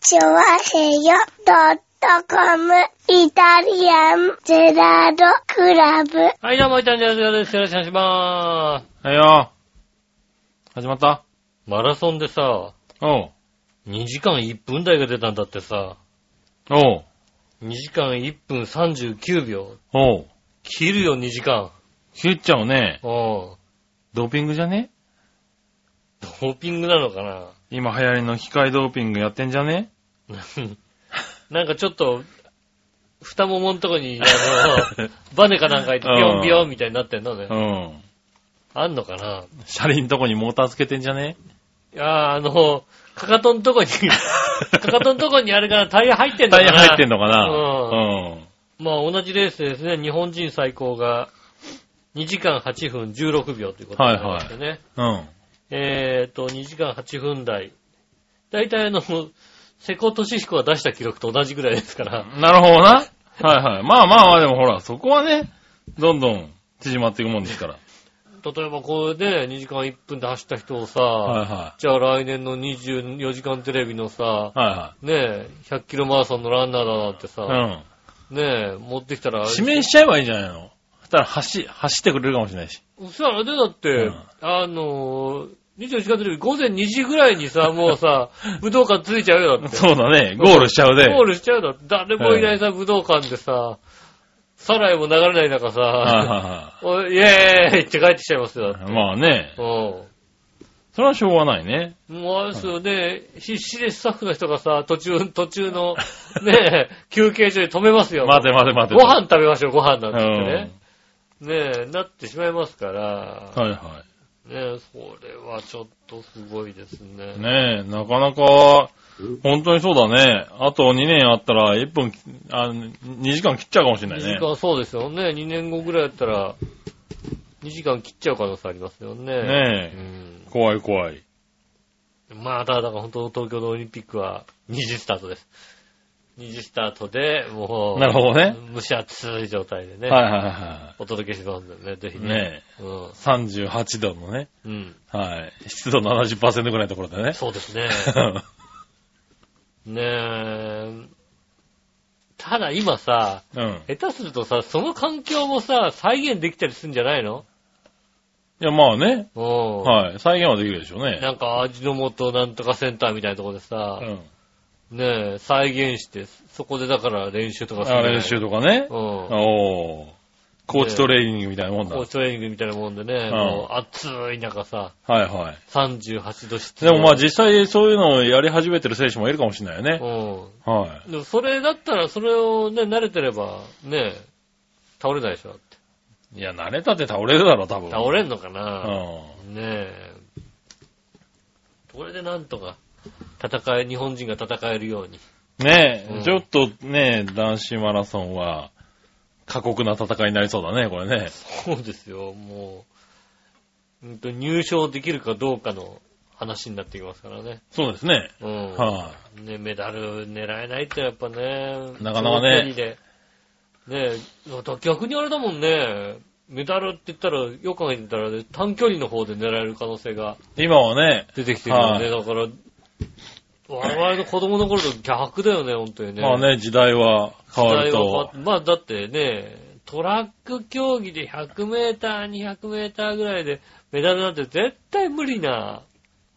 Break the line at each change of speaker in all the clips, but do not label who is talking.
チョワヘヨドットコムイタリアンゼラードクラブ。
はい、どうも、いたんじゃです。よろしくお願いしま
はいよ。始まった
す。マラソンでさ、
おう。
2時間1分台が出たんだってさ、
おう。
2時間1分39秒。
おう。
切るよ、2時間。
切っちゃうね。
うん。
ドーピングじゃね
ドーピングなのかな
今流行りの機械ドーピングやってんじゃね
なんかちょっと、太もものとこに、あ の、バネかなんかいて、ビヨンビヨンみたいになってんのね
う。ん。
あんのかな
車輪とこにモーターつけてんじゃね
いやー、あの、かかとの とこに、かかとのとこにあれからタイヤ入ってんだ
タ
か
イ
ら。
ヤ入ってんのかな
う
うん。
まあ同じレースでですね、日本人最高が2時間8分16秒ということになりましてね。
うん。
えーと、2時間8分台。大体あの、瀬古俊彦が出した記録と同じぐらいですから。
なるほどな。はいはい。まあまあまあ、でもほら、そこはね、どんどん縮まっていくもんですから。
例えばこれで2時間1分で走った人をさ、
はいは
じゃあ来年の24時間テレビのさ
い。、は
ねえ、100キロマラソンのランナーだなんて
い
さ、
はい。うん。
ねえ、持ってきたら、
指名しちゃえばいいんじゃないのそしたら走、走ってくれるかもしれないし。
そしたらね、だって、
うん
あのー、24時間テレビ午前2時ぐらいに さ、もうさ、武道館ついちゃうよ、だって。
そうだね。ゴールしちゃうで。
ゴールしちゃうよだって。誰もいないさ、武道館でさ、サライも流れない中
はい
さ、
は
おいイエーイって帰ってきちゃいますよ、だ
い
って。
はい。まあね。
うん
それはしょうがないね。
もうあれですよね、必死でスタッフの人がさ、途中、途中の、 ねえ、休憩所に止めますよ。
待て待て待て。
ご飯食べましょう、ご飯なんて言ってね。
う
ねえ、なってしまいますから。
んはいは
ねえ、それはちょっとすごいですね。
い。ねえ、なかなか、本当にそうだね。あと2年あったら、1分、あ2時間切っちゃうかもしれな
2
い
時
ね。
間、そうですよね。2年後ぐらいだったら、2時間切っちゃう可能性ありますよね。
ね怖い怖い。
うん。まあ、ただ、だから本当、東京のオリンピックは2時スタートです。2時スタートで、もう、
なるほどね。
蒸し暑い状態でね、
はいはいは
お届けしますんでね、ぜひ
い。
ね。
ね
うん
え、38度のね、
うん。
はい。湿度70%ぐらいのところでね。
そうですね。 ねえ。ただ今さ、
うん。
下手するとさ、その環境もさ、再現できたりするんじゃないの
いや、まあね。
うん。
はい。再現はできるでしょうね。
なんか味の素なんとかセンターみたいなところで
う
さ、
ん。
ねえ、再現して、そこでだから練習とかするじ
あ
ゃない
練習とかね。
うん。
おー。コーチトレーニングみたいなもんだ。
コー
はい
チトレーニングみたいなもんでね、
ん
もう暑い中さ、
はい。
38度室
でもまあ実際そういうのをやり始めてる選手もいるかもしれないよね。
う
はい。
ん。でもそれだったら、それをね、慣れてれば、ねえ、倒れないでしょ。
いや、慣れたって倒れるだろ、多分。
倒れんのか
う
な、ね
ん。
え。これでなんとか、戦え、日本人が戦えるように。
ねえ、
うん
ちょっとねえ、男子マラソンは、過酷な戦いになりそうだね、これね。
そうですよ、もう、うんと、入賞できるかどうかの話になってきますからね。
そうですね。
うん。
は
ね、メダル狙えないってやっぱね、
なかな
そ
かね
の距離でねだから逆にあれだもんね、メダルって言ったら、よく考えてみたら、ね、短距離の方で狙える可能性が
い。今はね、
出てきてるよね。
はい
だから、我々の子供の頃と逆だよね、本当にね。
まあね、時代は変わる
時代は
と。
変わっまあだってね、トラック競技で100メーター、200メーターぐらいでメダルなんて絶対無理な。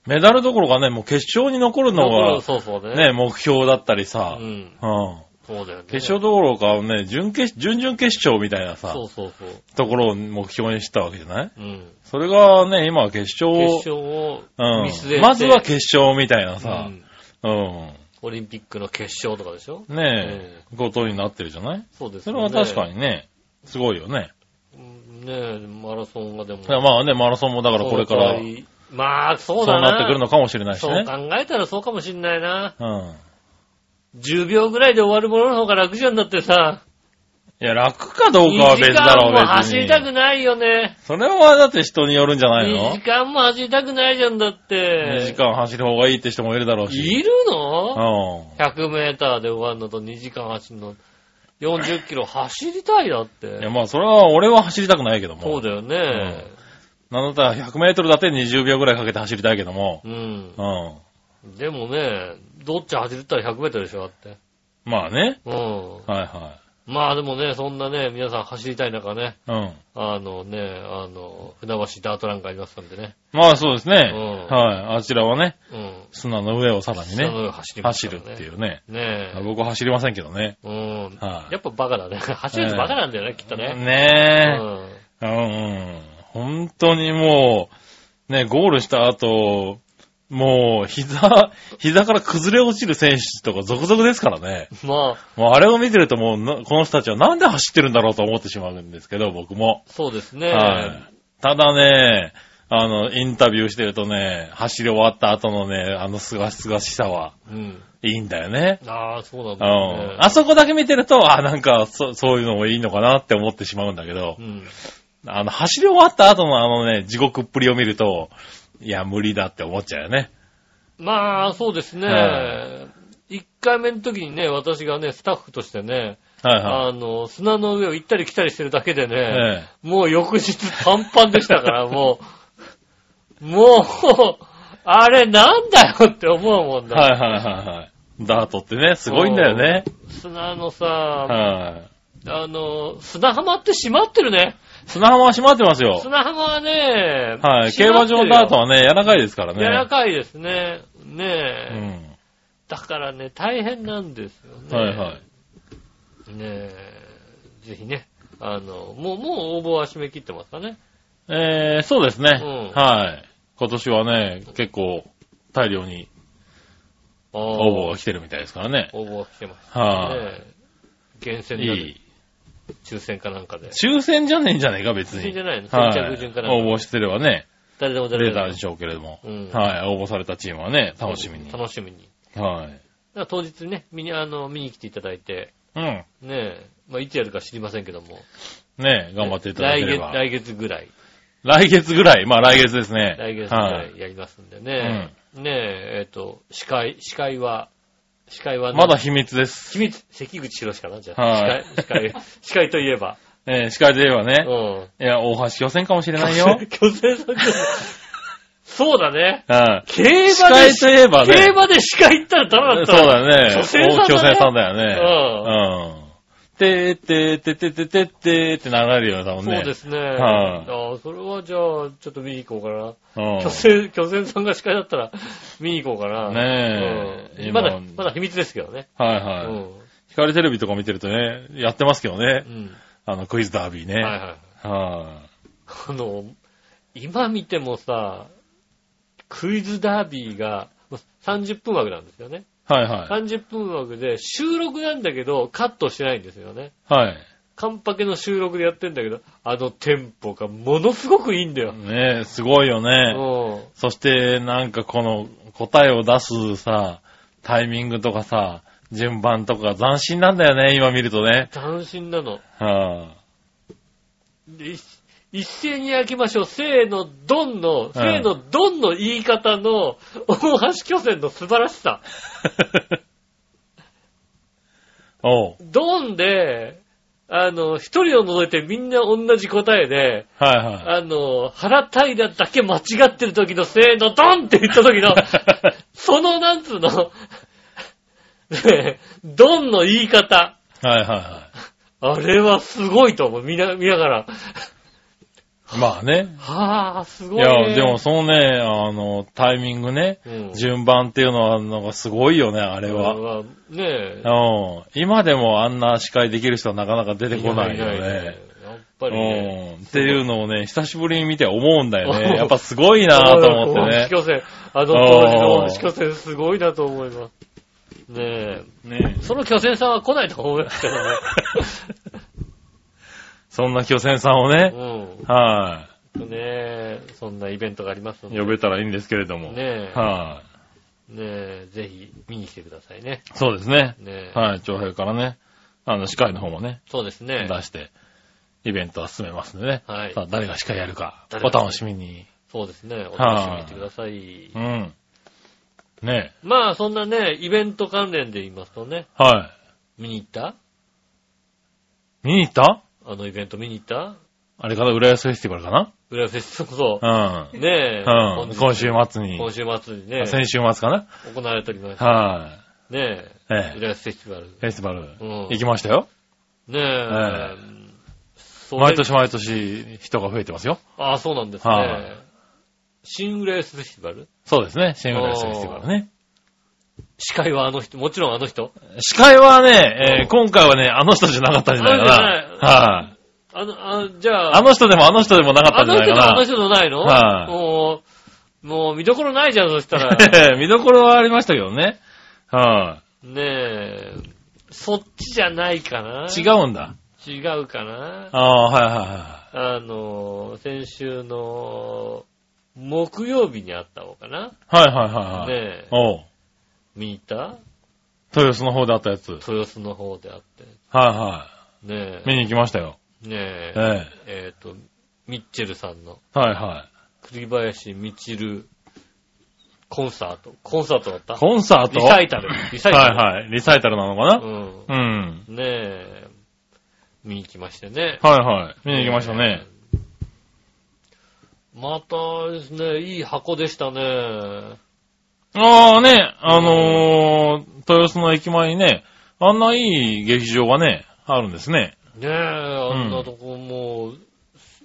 メダルどころかね、もう決勝に残るのが、
そうそうね。
ね、目標だったり
う
さ、
ん。
うん。
そうだよね。
決勝どころかね、準決、準々決勝みたいなさ
そ、うそうそう。
ところを目標にしてたわけじゃない
うん。
それがね、今は決勝
決
を
勝を見据えて、
うん。まずは決勝みたいなさ
う、ん
うん。
オリンピックの決勝とかでしょ
ねえ、ことになってるじゃない
そうです
そ
よ
れ
ね。
は確かにね、すごいよね。
に。ねえ、マラソンがでも。
だからまあね、マラソンもだからこれから、そう
まあ、そうだな。
なってくるのかもしれないし
そう
ね。
考えたらそうかもしんないな。
うん。
10秒ぐらいで終わるものの方が楽じゃんだってさ。
いや、楽かどうかは別だろ
2時間も
う、別に。
走りたくないよね。
それはだって人によるんじゃない
2
の
時間も走りたくないじゃんだって。
?2 時間走る方がいいって人もいるだろうし。
いる
うん。
の ?100 メーターで終わるのと2時間走るの。40キロ走りたいだっ
いや、
て。
まあ、それは俺は走りたくないけども。
そうだよね。
なんだったら100メートルだって20秒ぐらいかけて走りたいけども。
うん
う。ん。
でもね、どっち走ったら100メートルでしょ、だって。
まあね。
うん。
はいは
まあでもね、そんなね、皆さん走りたい中ね、
い。うん。
あのね、あの、船橋ダートランがありますんでね。
まあそうですね。
うん
はい。あちらはね、
うん。
砂の上をさらに
その
ね、
上走ります
走
から
る
ね
っていうね。
ねえ。
僕は走りませんけどね。
うん。
はい
やっぱバカだね。 走るとバカなんだよね、きっとね。う
ね
ん。
え。うん。本当にもう、ね、ゴールした後、もう、膝、 膝から崩れ落ちる選手とか続々ですからね。
まあ、
もうあれを見てるともうな、この人たちはなんで走ってるんだろうと思ってしまうんですけど、僕も。
そうですね。
はい。ただね、あの、インタビューしてるとね、走り終わった後のね、あのすがすがしさは、
うん。
いいんだよね。
ああ、そうなん
う
だね
ん。。あそこだけ見てると、あ、なんか、そ、そういうのもいいのかなって思ってしまうんだけど
う、ん。
あの、走り終わった後のあのね、地獄っぷりを見ると、いや、無理だって思っちゃうよね。
まあ、そうですね
は。
一回目の時にね、私がね、スタッフとしてね、
はいはい。
あの、砂の上を行ったり来たりしてるだけで
え
ね、もう翌日パンパンでしたから、もう、もう、あれなんだよって思うもん
え
だ。
はいはいはいはい。ダートってね、すごいんだよね。
砂のさ、
はい。
あの、砂浜って閉まってるね。
砂浜は閉まってますよ。
砂浜はね、
はい。競
閉ま
馬
ってる
場
よ
ダートはね、柔らかいですからね。
柔らかいですね。ねえ。
うん。
だからね、大変なんですよね。
はいはい。
ねえ、ぜひね、あの、もう、もう応募は締め切ってますかね。
えー、そうですね。
うん
はい。今年はね、結構大量に応募
応募。
が来てるみたいですからね。
応募は来てます。
はい
ねえ厳選
い
だね
い。
抽選かなんかで。
抽選じゃねえんじゃねえか、別
抽選
に。
じゃないの
は
先着順から
応募してればね、
誰でも誰
出
でも
たんでしょうけれども。
うん
はい。応募されたチームはね、楽しみに。
楽しみに。
はい。
だから当日ね、見に、あの、見に来ていただいて、
うん。
ねえ、まあ、いつやるか知りませんけども。
ね頑張っていただければ。
来月、来月ぐらい。
来月ぐらい。まあ来月ですね。
来月ぐ
は
ら
い。
いやりますんでね。ねえ、えっ、と、司会、司会は、司会はね
まだ秘密です。
秘密、関口博士かな、じゃあ。
はい
司会、司 会、司会といえば。
えー、司会で言えば
う
ね。
ん。
いや、大橋予選かもし れないよ。
巨勢さんじゃないそうだね。
はい。
競馬で、
司会といえばね。
競馬で司会行ったらダメだった
そうだね。
巨泉さんだね
巨泉さんだよね。うん。てーてーてーてーてーてーてーって流れるよね、多分ね。
そうですね。
はい
ああ、それはじゃあ、ちょっと見に行こうかな。
うん。
巨勢、巨勢さんが司会だったら、 見に行こうかな。
ねえ
うんまだ
今、
まだ秘密ですけどね。
はいうはい。
ん。
光テレビとか見てるとね、やってますけどね
う。ん。
あの、クイズダービーね。
はいはい。
は
あの、今見てもさ、クイズダービーがもう30分枠なんですよね。
い。はいは
30分枠で収録なんだけどカットしてないんですよね。
い。はい。
カンパケの収録でやってんだけど、あのテンポがものすごくいいんだよ。
ねえ、すごいよね。
う
そして、なんかこの答えを出すさ、タイミングとかさ、順番とか斬新なんだよね、今見るとね
ん。。斬新なの。
は
で一一斉に焼きましょう。せーの、ドンの、せーの、ドンの言い方の、大橋巨船の素晴らしさ。
い。 おう。
ドンで、あの、一人を除いてみんな同じ答えで、
はいはい。
あの、原平だけ間違ってる時のせーのドンって言った時 の、そのなんつうの、ねえドンの言い方。
はいはいは
あれはすごいと思う。見な、見ながら。
い。まあね。
はあ、す
い
ごい、ね。
や、でもそのね、あの、タイミングね、
うん
順番っていうのは、なんかすごいよね、あれは。
はねえ。
うん。今でもあんな司会できる人はなかなか出てこないよ
いないね
ね。。
やっ
う
ぱりね。
ん。っていうのをね、久しぶりに見て思うんだよ
うん
ね。やっぱすごいなと思って
大
ね
橋。巨船あの当時の大橋巨船すごいなと思います。ね
ね
え。その巨船さんは来ないと思いますけどね。
そんな巨船さんをね、
うん。
は
ねえ、そんなイベントがありますの
い。
で。
呼べたらいいんですけれども。
ねえ、
は
ねえ、ぜひ見に来てくださいね。
い。そうですね。
ねえ、
はい。長平からね、あの、司会の方もね、
そうですね。
出して、イベントは進めますんでね。
はい
さあ、誰が司会やるか、
誰
お
が
楽しみに。
そうですね。お楽しみにしてください。
うん。ね
まあ、そんなね、イベント関連で言いますとね、
え。は
見に行った
い。見に行った
あのイベント見に行った
あれかな、浦安フェスティバルかな
浦フェス、そうそうう。ねえ。
ん。うん。今週末に。
今週末にね、
先週末かな
行われておりました。
は
ね
い。え
え。
え。
浦安フェスティバル。
フェスティバル。
うん
行きましたよ。
ねえ
え。
それ
毎年。毎年人が増えてますよ。
ああ、そうなんです
はい
ね。新浦安フェスティバル
そうですね。シングルフェスティバルね。
司会はあの人、もちろんあの人。
司会はね、え
うん
ー今回はね、あの人じゃなかったんじゃないかな。
あ
はい、
あの、あじゃあ、
あ。の人でもあの人でもなかった
あ
んじ
の
ゃない
人とあの
か
人とないの
はい
もう、もう見どころないじゃん、そしたら。ね
な。見どころはありましたけどね。は。
え、そっちじゃないかない
違うんだ。
う。違うかな
ああ、はいはいは
あの、先週の木曜日にあった方かな、
い。はいはいはいはい。
ねえ、
おう。
見に行った
豊洲の方であったやつ。はい
豊洲の方であって。
は
ね
い。見に行きましたよ。
え、ねえ、え
え
っ、と、ミッチェルさんの
え。はいは
栗林みちるコンサート。コンサートだった
い。コンサート
リサイタル。リサイタル。
はいはい。リサイタルなのか
うん。
なうん。
ねえ、見に行きましてね。
はいはい。見に行きましたね。
えー。またですね、いい箱でしたね。
ああね、あのー、豊洲の駅前にね、あんないい劇場がね、あるんですね。
ねえ、あんなとこもう、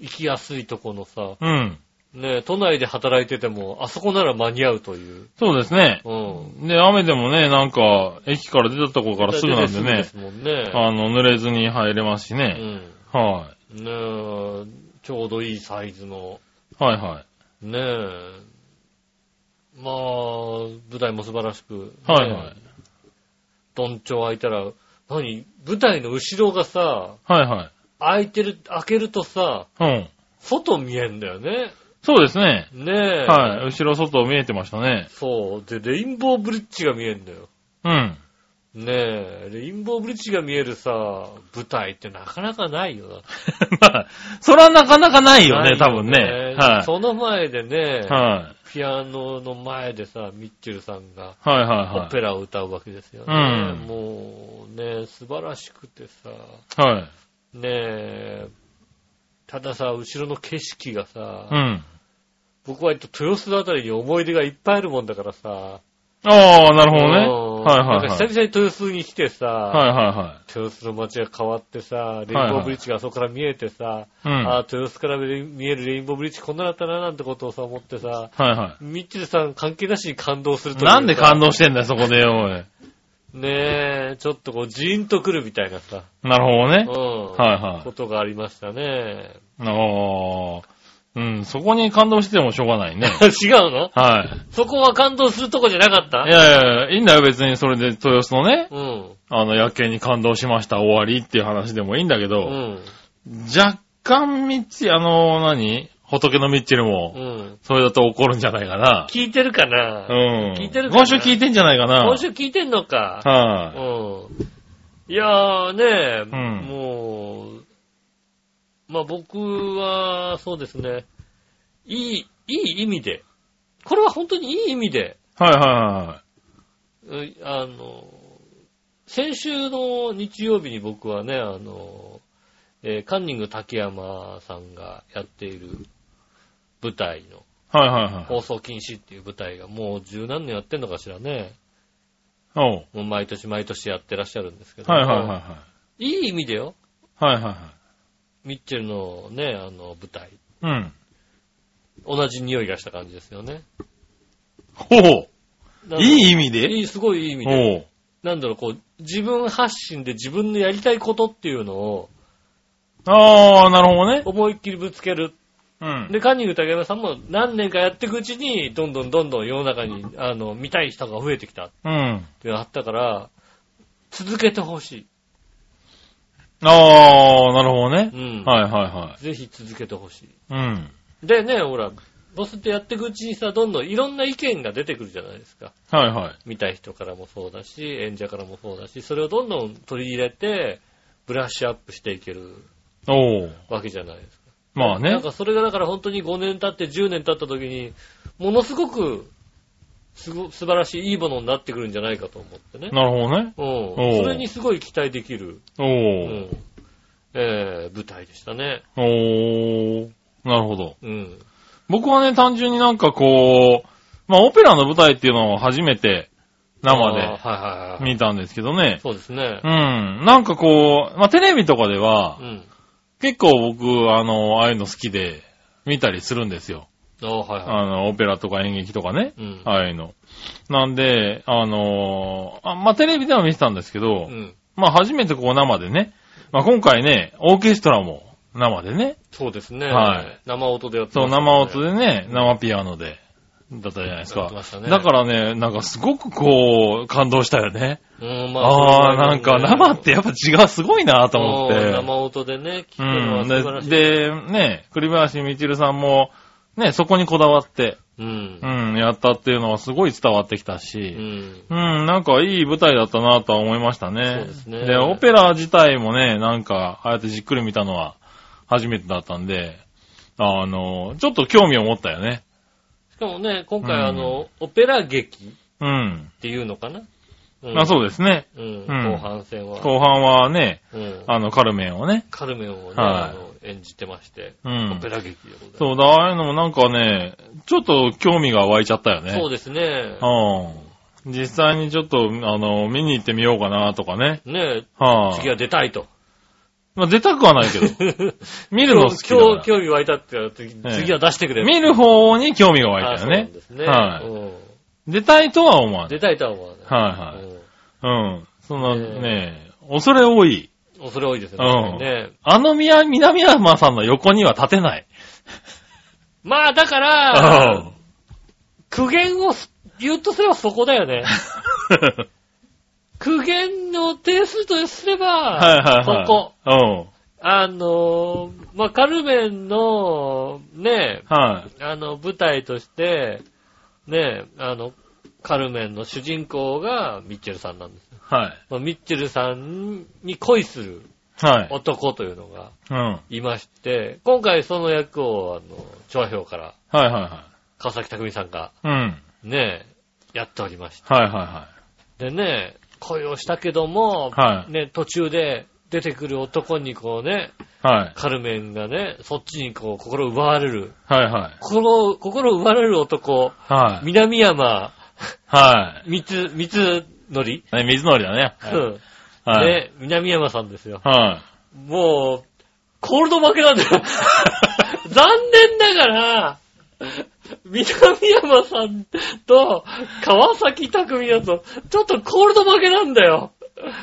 行きやすいとこのさ、
うん。
ねえ、都内で働いてても、あそこなら間に合うという。
そうですね。
うん。
で、雨でもね、なんか、駅から出たとこからすぐなんで
大体
ね
す、ぐですもんね。
あの、濡れずに入れますし
う
ね。
ん。
は
ねえ、ちょうどいいサイズの、
い。はいはい。
ねえ、まあ、舞台も素晴らしく。
はいはい
ねえ。どんちょう開いたら、何舞台の後ろがさ、
はいはい。
開いてる、開けるとさ、
うん。
外見えんだよね。
そうですね。
ねえ。
はい。後ろ外見えてましたね。
そう。で、レインボーブリッジが見えんだよ。
うん。
ねえ、レインボーブリッジが見えるさ、舞台ってなかなかないよな。
まあ、それはなかなかない
い
よね、多分ね。は
その前でね
い。、はい。
ピアノの前でさ、ミッチェルさんが、
はいはい
オ
は
ペラを歌うわけですよね。
うん
もうね、素晴らしくてさ、
い。はい。
ねえ、たださ、後ろの景色がさ、
うん。
僕は豊洲のあたりに思い出がいっぱいあるもんだからさ、
ああ、なるほどね。
うん
はいはい
なんか
は
久
い。
々に豊洲に来てさ、
はいは
豊洲の街が変わってさ、レイン
はい
ボ
は
ー
い
ブリッジがあそこから見えてさ、
いはい。うん。
あ
は
あ、豊洲から見えるレインボーブリッジこんなだったななんてことをさ、思ってさ、
いは
ミッチェルさん関係なしに感動すると
い。なんで感
動
動してんだよ、そこで、おい。
ねえ、ちょっとこう、ジーンとくるみたいなさ。
なるほどね
う。ん。
はいはい
ことがありましたね。。
ああ。うん、そこに感動しててもしょうがないね
違うの
はい。
そこは感動するとこじゃなかった
いやいやいや、いいんだよ、別にそれで豊洲のね、
うん。
あの、夜景に感動しました、終わりっていう話でもいいんだけ
う
ど、
ん。
若干ミッチ、あの、何仏のミッチェル
う
も、
ん。
それだと怒るんじゃないかな。
聞いてるかな
うん。
聞いてるかな
今週聞いてんじゃないかな。
今週聞いてんのか。う
は
ん。いやーね、
ん
もう、まあ僕は、そうですね、いい、いい意味で、これは本当にいい意味で、
い。はいはいは
うんあの、先週の日曜日に僕はね、あの、えーカンニング竹山さんがやっている舞台の、
い。はいはいはい。
放送禁止っていう舞台がもう十何年やってんのかしらね。
おう
もう毎年毎年やってらっしゃるんですけど。
はいはいはいはい。
い。い意味でよ。
はいはいはい。
ミッチェルのね、あの、舞台。
うん。
同じ匂いがした感じですよね。
ほう。い
い
い意味で
いい、すごいいい意味で。
ほう。
なんだろう、こう、自分発信で自分のやりたいことっていうのを
ああ、なるほどね。
思いっきりぶつける
うん。
で、カンニング竹山さんも何年かやっていくうちに、どんどんどんどん世の中に、あの、見たい人が増えてきたっ
うん。
ていうのがあったから、続けてほし
ああ、なるほどね
い。う。ん。
はいはいは
ぜひ続けてほし
い。うん。
い。でね、ほら、ボスってやっていくうちにさ、どんどんいろんな意見が出てくるじゃないですか。
はいはい。
見たい人からもそうだし、演者からもそうだし、それをどんどん取り入れて、ブラッシュアップしていける
おう。
わけじゃないですか。
まあ
なん
ね。
かそれがだから本当に5年経って10年経った時に、ものすごく、すご、素晴らしいいいものになってくるんじゃないかと思ってね。
なるほどね。
うん。
おう
それにすごい期待できる、う
おう。
ん。えー、舞台でしたね。
おう。なるほど。
うん。
僕はね、単純になんかこう、まあ、オペラの舞台っていうのを初めて生
あ
で
ーはいはいはい。
見たんですけどね。
そうですね
う。ん。なんかこう、まあ、テレビとかでは
う、ん。
結構僕、あの、ああいうの好きで見たりするんですよ。
ああ、はいは
あの、オペラとか演劇とかね。
い。うん。
ああいうの。なんで、あのあ、まあ、テレビでは見てたんですけど、
うん。
まあ、初めてこう生でね。まあ、今回ね、オーケストラも生でね。
そうですね。
はい。
生音でやって
そう、
ましたね
生音でね、生ピアノで、だったじゃないです
やっ
か
てました。ね
だからね、なんかすごくこう、感動したよね。
うん、ま
ああー、
それは
なんか
ね
生ってやっぱ違う、すごいなと思っ
う
て
ん。生音でね、聞くのは素晴
う
らし
ん。
い。
で、でね、栗林みちるさんも、ね、そこにこだわって、
うん
う。ん、やったっていうのはすごい伝わってきた
う
し、
ん。
うん、なんかいい舞台だったなとは思いましたね。
そうですね
で、オペラ自体もね、なんか、ああやってじっくり見たのは初めてだったんで、あの、ちょっと興味を持ったよね。
しかもね、今回
うん
あの、オペラ劇っ
うん。
ていうのかなうん
まあそうですね。
うん。
うん
後半戦は。
後半はね、
うん。
あの、カルメンをね。
カルメンをね、
はい
あの演じてまして、
う
オ
ん
ペ。ラ劇でございます。
そうだ、ああいうのもなんかね、ちょっと興味が湧いちゃったよね。
そうですね。
うん。実際にちょっと、あの、見に行ってみようかなとかね。
ね
は
次
い、
は出たい と。
まあ、出たく はないけど。見るの好きだ
今日、
か
興味湧いたって言われて次
ええ
次は出してくれ
ら。
る。
見る方に興味が湧い
あ
た
そ
よ
うなん
ね。
ですね。
はい
い。
出たいとは思わない。
出たいとは思わない。
はいはい。
うん
うん。その
ええ
ね、恐れ多い。
恐れ多いですね。
うん
確かにね。
あの宮、南山さんの横には立てない。
まあ、だか
う
ら、
ん。
苦言をす言うとすればそこだよ ね。苦言の定数とすれ
はいは
ば、
い
そ
はい。
こ。。
うん。
あのー、まあ、カルメンの、ね、
はい。
あの、舞台として、ね、あの、カルメンの主人公がミッチェルさんなんです。
はい。
まあミッチェルさんに恋する
はい。
男というのが
うん。はい
まして、今回その役を、あの、調和表から、
いはいは
川崎匠さんが、
い。うん。
ね、やっておりまし
はいはいは
た。でね、恋をしたけども、
はい
ね、途中で出てくる男にこうね、
い。はい。
カルメンがね、そっちにこう、心を奪われる。
はいはい。
心を、心を奪われる男、
はい。
南山、
は
三つ、三つのり、
い。ね、水のりだね。
う
はい
ん
はい。
ね、南山さんですよ。
は
もう、コールド負けなんだよ。 残念ながら、南山さんと川崎匠だと、ちょっとコールド負けなんだよ。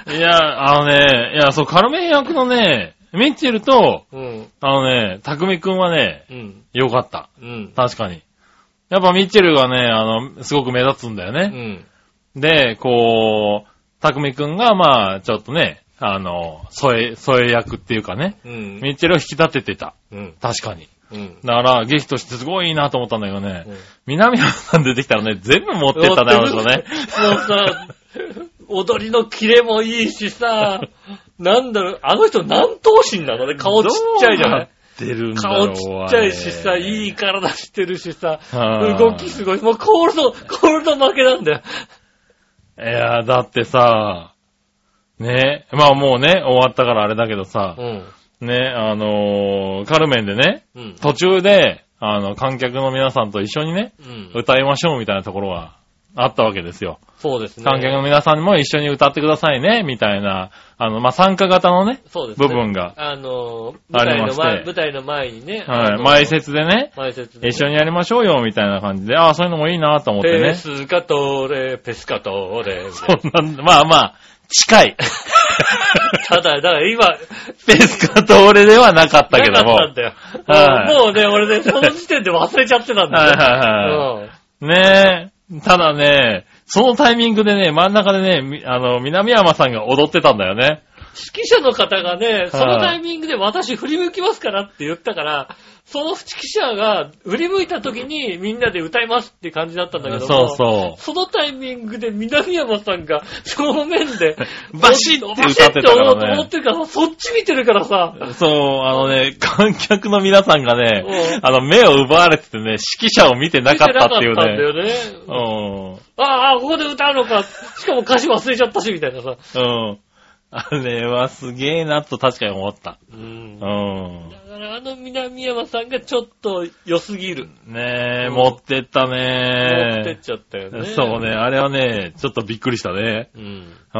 い。いや、あのね、いや、そう、カルメン役のね、ミッチェルと、
うん、
あのね、たくみくんはね、
うん、
よかった。
うん、
確かに。やっぱミッチェルがね、あの、すごく目立つんだよ
う
ね。
ん、
で、こう、たくみくんが、まあ、ちょっとね、あの、添え、添え役っていうかね、
うん、
ミッチェルを引き立ててた。
うん、
確かに。
うん。
だから、劇としてすごいいいなと思ったんだけどね、南原さん出てきたらね、全部持ってったね、あの人ね。
もうさ、踊りのキレもいいしさ、なんだろう、あの人何頭身なのね、顔ちっちゃいじゃない
出るんだろ
顔
う
ちっちゃいしさ、いい。体してるしさ、動きすごい。もうコールド、コールド負けなんだよ。
あれいや、だってさ、ね、まあもうね、終わったからあれだけどさ、
ん。
ね、あのーカルメンでね、
うん。
途中で、あの、観客の皆さんと一緒にね、
うん。
歌いましょうみたいなところがあったわけですよ。
そうですね。
観客の皆さんも一緒に歌ってくださいね、みたいな、あの、まあ、参加型のね、
そうですね。
部分が。
あのー、舞
あ
台
りま
の
して
前、舞台の前にね。あ
は
の
い、前。説でね、
前説で。
一緒にやりましょうよ、みたいな感じで、ああ、そういうのもいいなと思って
ペ
ね。
スカトーレ、ペスカトーレ。
そんなん、まあまあ、近い。
ただ、だから今、
ペスカと俺ではなかったけども。
なかったんだよ。
はい
もうね、俺ね、その時点で忘れちゃってたんだよ。
はいはい
うん
ねえ。ただね、そのタイミングでね、真ん中でね、みあの、南山さんが踊ってたんだよね。
指揮者の方がね、そのタイミングで私振り向きますからって言ったから、その指揮者が振り向いた時にみんなで歌いますって感じだったんだけども
そうそう。
そのタイミングで南山さんが 正面で
バシッて歌ってたからね
バシッ踊ろうと思ってるからそっち見てるからさ、
そう、あのね、観客の皆さんが
う
ね、
ん
あの、目を奪われててね、指揮者を見てなかったっていう
見てなかったんだ
ね。
よね。
う
ああ、ここで歌うのか。しかも歌詞忘れちゃったし、みたいなさ。
ん。うん。あれはすげえなと確かに思った。
うん。
う
だ
ん。
からあの南山さんがちょっと良すぎる。
ねえ、
うん
持ってった
持ってっ
ね
ちゃったよね。
そうね、。あれはね、ちょっとびっくりしたね。
うん。
う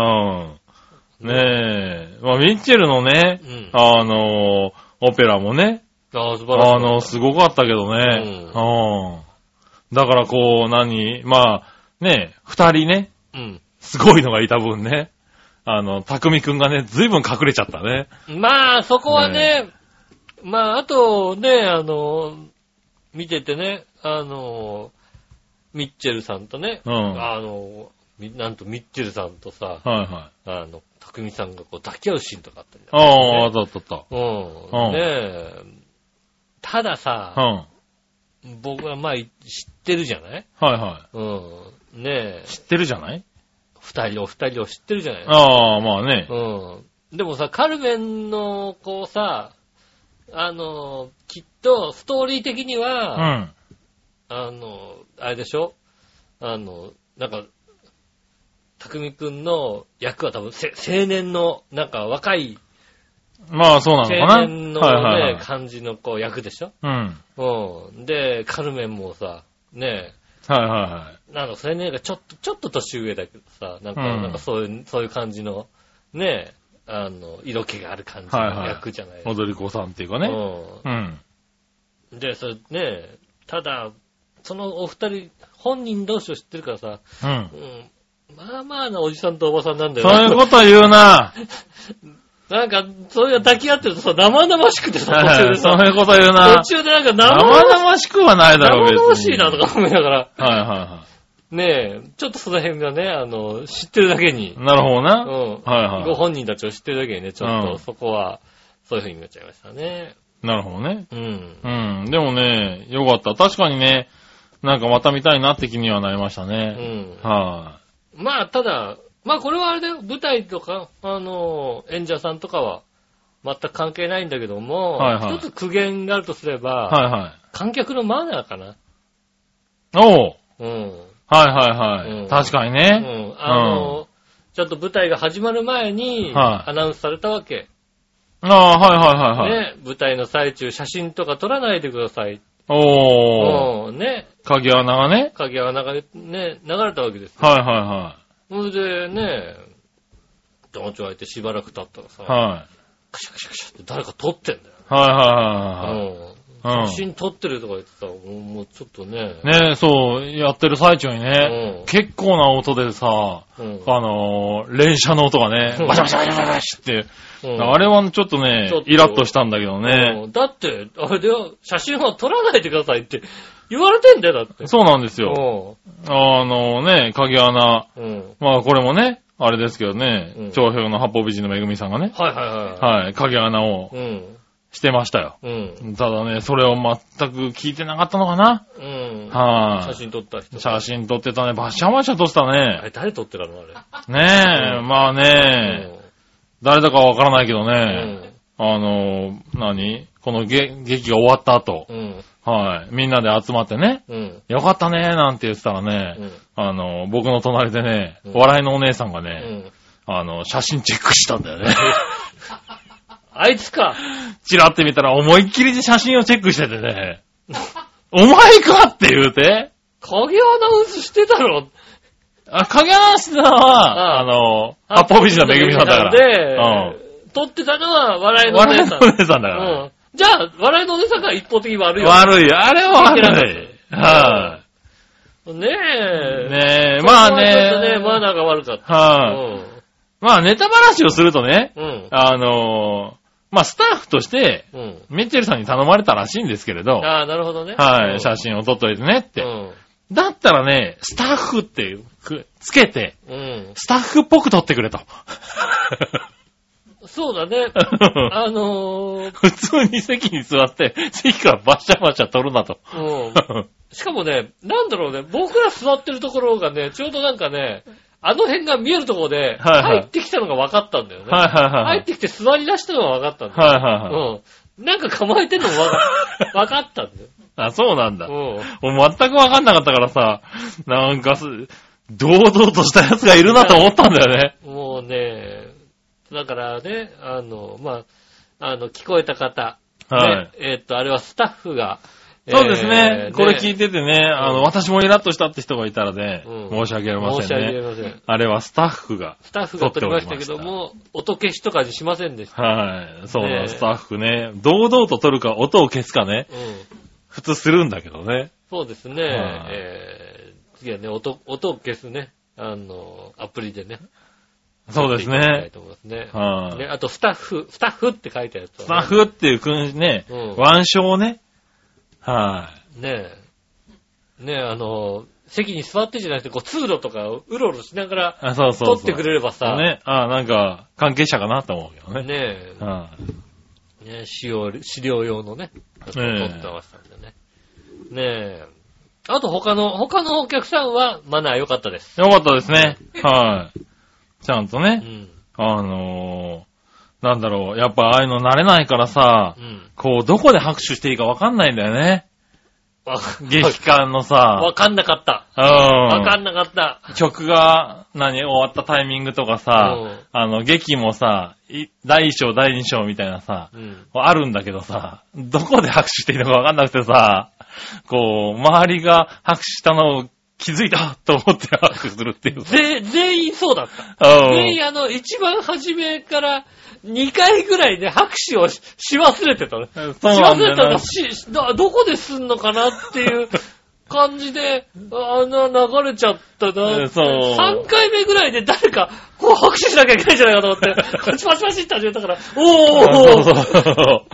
ん。ねえ、まあ、ミッチェルのね
う、ん。あ
あの、オペラもね、
あ、素晴らしい。
あの、すごかったけどね。うん。だからこう、何まあ、ねえ、二人ね、
うん。
すごいのがいた分ね、あの、匠くんがね、ずいぶん隠れちゃったね。
まあ、そこはね、まあ、あとね、あの、見ててね、あの、ミッチェルさんとね、
うん
あの、みなんとミッチェルさんとさ、
はいはい。
あの、匠さんがこう抱き合うシーンとかあったりだ
ああ、あったあったあっ
うん。
うん
ねえ。ただ
た。う
さ、
ん。
僕はまあ、知ってるじゃない
はいは
うん。ねえ
い。、知ってるじゃない
二人を二人を知ってるじゃない
ああ、まあね。
うん。でもさ、カルメンの、こうさ、あの、きっと、ストーリー的に
う
は、
ん。
あの、あれでしょあの、なんか、匠くんの役は多分、せ青年の、なんか若い、
まあそうなの
青
かな。
年のね、
はいはいはい。
感じのこう役でしょ
うん。はい
うん。で、カルメンもさ、ね
はいはい。
え、なんかそれね、ちょっと、ちょっと年上だけどさ、なんか、
うん
なんかそういう、そういう感じの、ねえ、あの、色気がある感じ
はいは
の
い
役じゃないですか。
踊り子さんっていうかね。うん。
うん。で、それね、ただ、そのお二人、本人同士を知ってるからさ、
うん
う。ん、まあまあなおじさんとおばさんなんだよ
そういう
な。
こと言う な。
なんか、そういう抱き合ってるとさ、生々しくてさ、途中で
そ
さ、
ういうこと言うな
途。中でなんか生
生
々し
々しくはないだろう
生
別に。
々しいなとか思いながら、
はいは
ねえ、ちょっとその辺がね、あの、知ってるだけに
いはい。、なるほど
う
な。
ん、
はい
ご
は
本人たちを知ってるだけにね、ちょっ
う
と
ん
そこは、そういう風になっちゃいましたね。
い。なるほどね。
うん。
うん。でもね、よかった。確かにね、なんかまた見たいなって気にはなりました
う
ね。
ん。
は
まあ、ただ、まあこれはあれだよ、舞台とか、あの、演者さんとかは、全く関係ないんだけども、
はいはい
一つ苦言があるとすれば、
い。はいはい。
観客のマナーかな。
おう
うん。
はいはいは
うん
い。確かに
う
ね。
ん。あの、ちょっと舞台が始まる前に、
はい
アナウンスされたわけ。
ああ、はいはいはいはい。
ね、舞台の最中、写真とか撮らないでください。
おー。
うん。ね、
鍵穴がね。
影は流れ、ね、流れたわけですよ。
はいは
それでね、ドンチョ開いてしばらく経ったらさ、
いはい。はい。
クシャクシャクシャって誰か撮ってんだよ。
はいはいはいはい。
うん。
うん
写真撮ってるとか言ってたら、もうもうちょっとね。
ねそう、やってる最中にね、
ね
結構な音でさ、
うん。うん。
あのー、連射の音がね
うん、
バシャバシャバシャバシャって、
うん
あれはちょっとね
ちょっ、と
イラッとしたんだけどね。
うんだって、あれだよ、写真は撮らないでくださいって言われてんだよ、だって。
そうなんですよ。
よ。
あのね、鍵穴。
うん。うん。
まあこれもね、あれですけどね
うん、
長編の八方美人のめぐみさんがね、
はいはいは
はい、鍵穴を
い。うん。
してましたよ。
うん。
ただね、それを全く聞いてなかったのかな
うん。
は
写
い。
真撮った人。
写真撮ってたね。バシャバシャ撮ってた
あ
ね。
れ誰撮ってたのあ
ねえ、まあ
れ。
ね、誰だかわからないけど
う
ね、
ん。
あの、何このげ劇が終わった後
う、ん。
はい、みんなで集まってね、
うん。
よかったね、なんて言ってたら
う
ね、
ん。
あの、僕の隣でね
うん、
笑いのお姉さんが
う
ね、
ん。
あの、写真チェックしたんだよね。
あいつか。
チラって見たら思いっきり写真をチェックしてて ね、お前かって言うて、
影アナウンスしてたろ。
あ、影話してたのは、
あ
あの、八方美人のめぐみさんだから。
で、撮ってたのは笑いのお
笑
姉
い
さ
の
ん
お。姉さんだから。
うん。じゃあ、笑いのお姉さんが一方的に悪いよ。
悪い。あれは悪い。は
ね
い、
え。
ねえ、まあ
ちょっとね、
ね。
マナーが悪かった。
はい、まあネタ話をするとね、
うん。うん。
あのーまあスタッフとして、
うん。
ミッチェルさんに頼まれたらしいんですけれど、
ああ、なるほどね。
はい、写
っ
真を撮っといてねって。
うん。
だったらね、スタッフってくつけて、
うん。
スタッフっぽく撮ってくれと。
そうだね。あのー、
普通に席に座って、席からバシャバシャ撮るなと。
うん。しかもね、なんだろうね、僕ら座ってるところがね、ちょうどなんかね、あの辺が見えるところで、
はいはい
入ってきたのが分かったんだよね。
はいはいは
入っ
い。
てきて座り出したのが分かったんだよ。
はいはいはい。
うん。なんか構えてんのも分か 分かったんだよ。
あ、そうなんだ。
うん。
もう全くわかんなかったからさ、なんかす、堂々としたやつがいるなと思ったんだよね。
もうね、だからね、あの、まあ、あの、聞こえた方、
はい。
ね、えーっと、あれはスタッフが、
そうですね。
えー
これ聞いててね、あの、私もイラッとしたって人がいたらね、
うん
申し訳ありませんね。
申し訳ありません。
あれはスタッフが。
スタッフが撮りましたけども、音消しとかにしませんでした。
はい。そう
ね
だ、
え
スタッフね。堂々と撮るか、音を消すかね。
うん。
普通するんだけどね。
そうですね。
はい
えー、次はね、音、音を消すね、あの、アプリでね。
そうです
撮っていただきたい
ね。
と思いますね。
はい
ね、あと、スタッフ、スタッフって書いたやつは、ね。
スタッフっていうくんね、
うん
腕章をね。はい。
ねえ。ねえ、あの、席に座ってじゃなくて、こう、通路とかをうろうろしながら
あ、そうそうそ
撮
う。
ってくれればさ、ね
ね。ああ、なんか、関係者かなと思うけど
え、
ね。
ね
はい
え、資料、資料用のね、撮ってましたんでね。ねえ。あと他の、他のお客さんはマナー良かったです。
よかったですね。はい。ちゃんと
う
ね、
ん。
あのー、なんだろう、やっぱああいうの慣れないからさ
う、ん。
こう、どこで拍手していいかわかんないんだよね。
わ、
劇感の
わ
さ、
かんなかった。
う
わか
ん。
んなかった。
曲が、何、終わったタイミングとかさ
うん、
あの、劇もさ、い第1章、第2章みたいなさ、
うん。
あるんだけどさ、どこで拍手していいのかわかんなくてさ、こう、周りが拍手したのを気づいたと思って拍手するっていう。
ぜ、全員そうだった。全
う
員あの、一番初めから2回ぐらいで拍手をしし忘れてたね。
ん。そうなんだよな。
し忘れたらしど、どこですんのかなっていう感じ で、あんな流れちゃったなって。
そう
3回目ぐらいで誰か、こう拍手しなきゃいけないんじゃないかと思 って、パチパチパチって始めたから、おー
そ
お
う
ー
そうそう。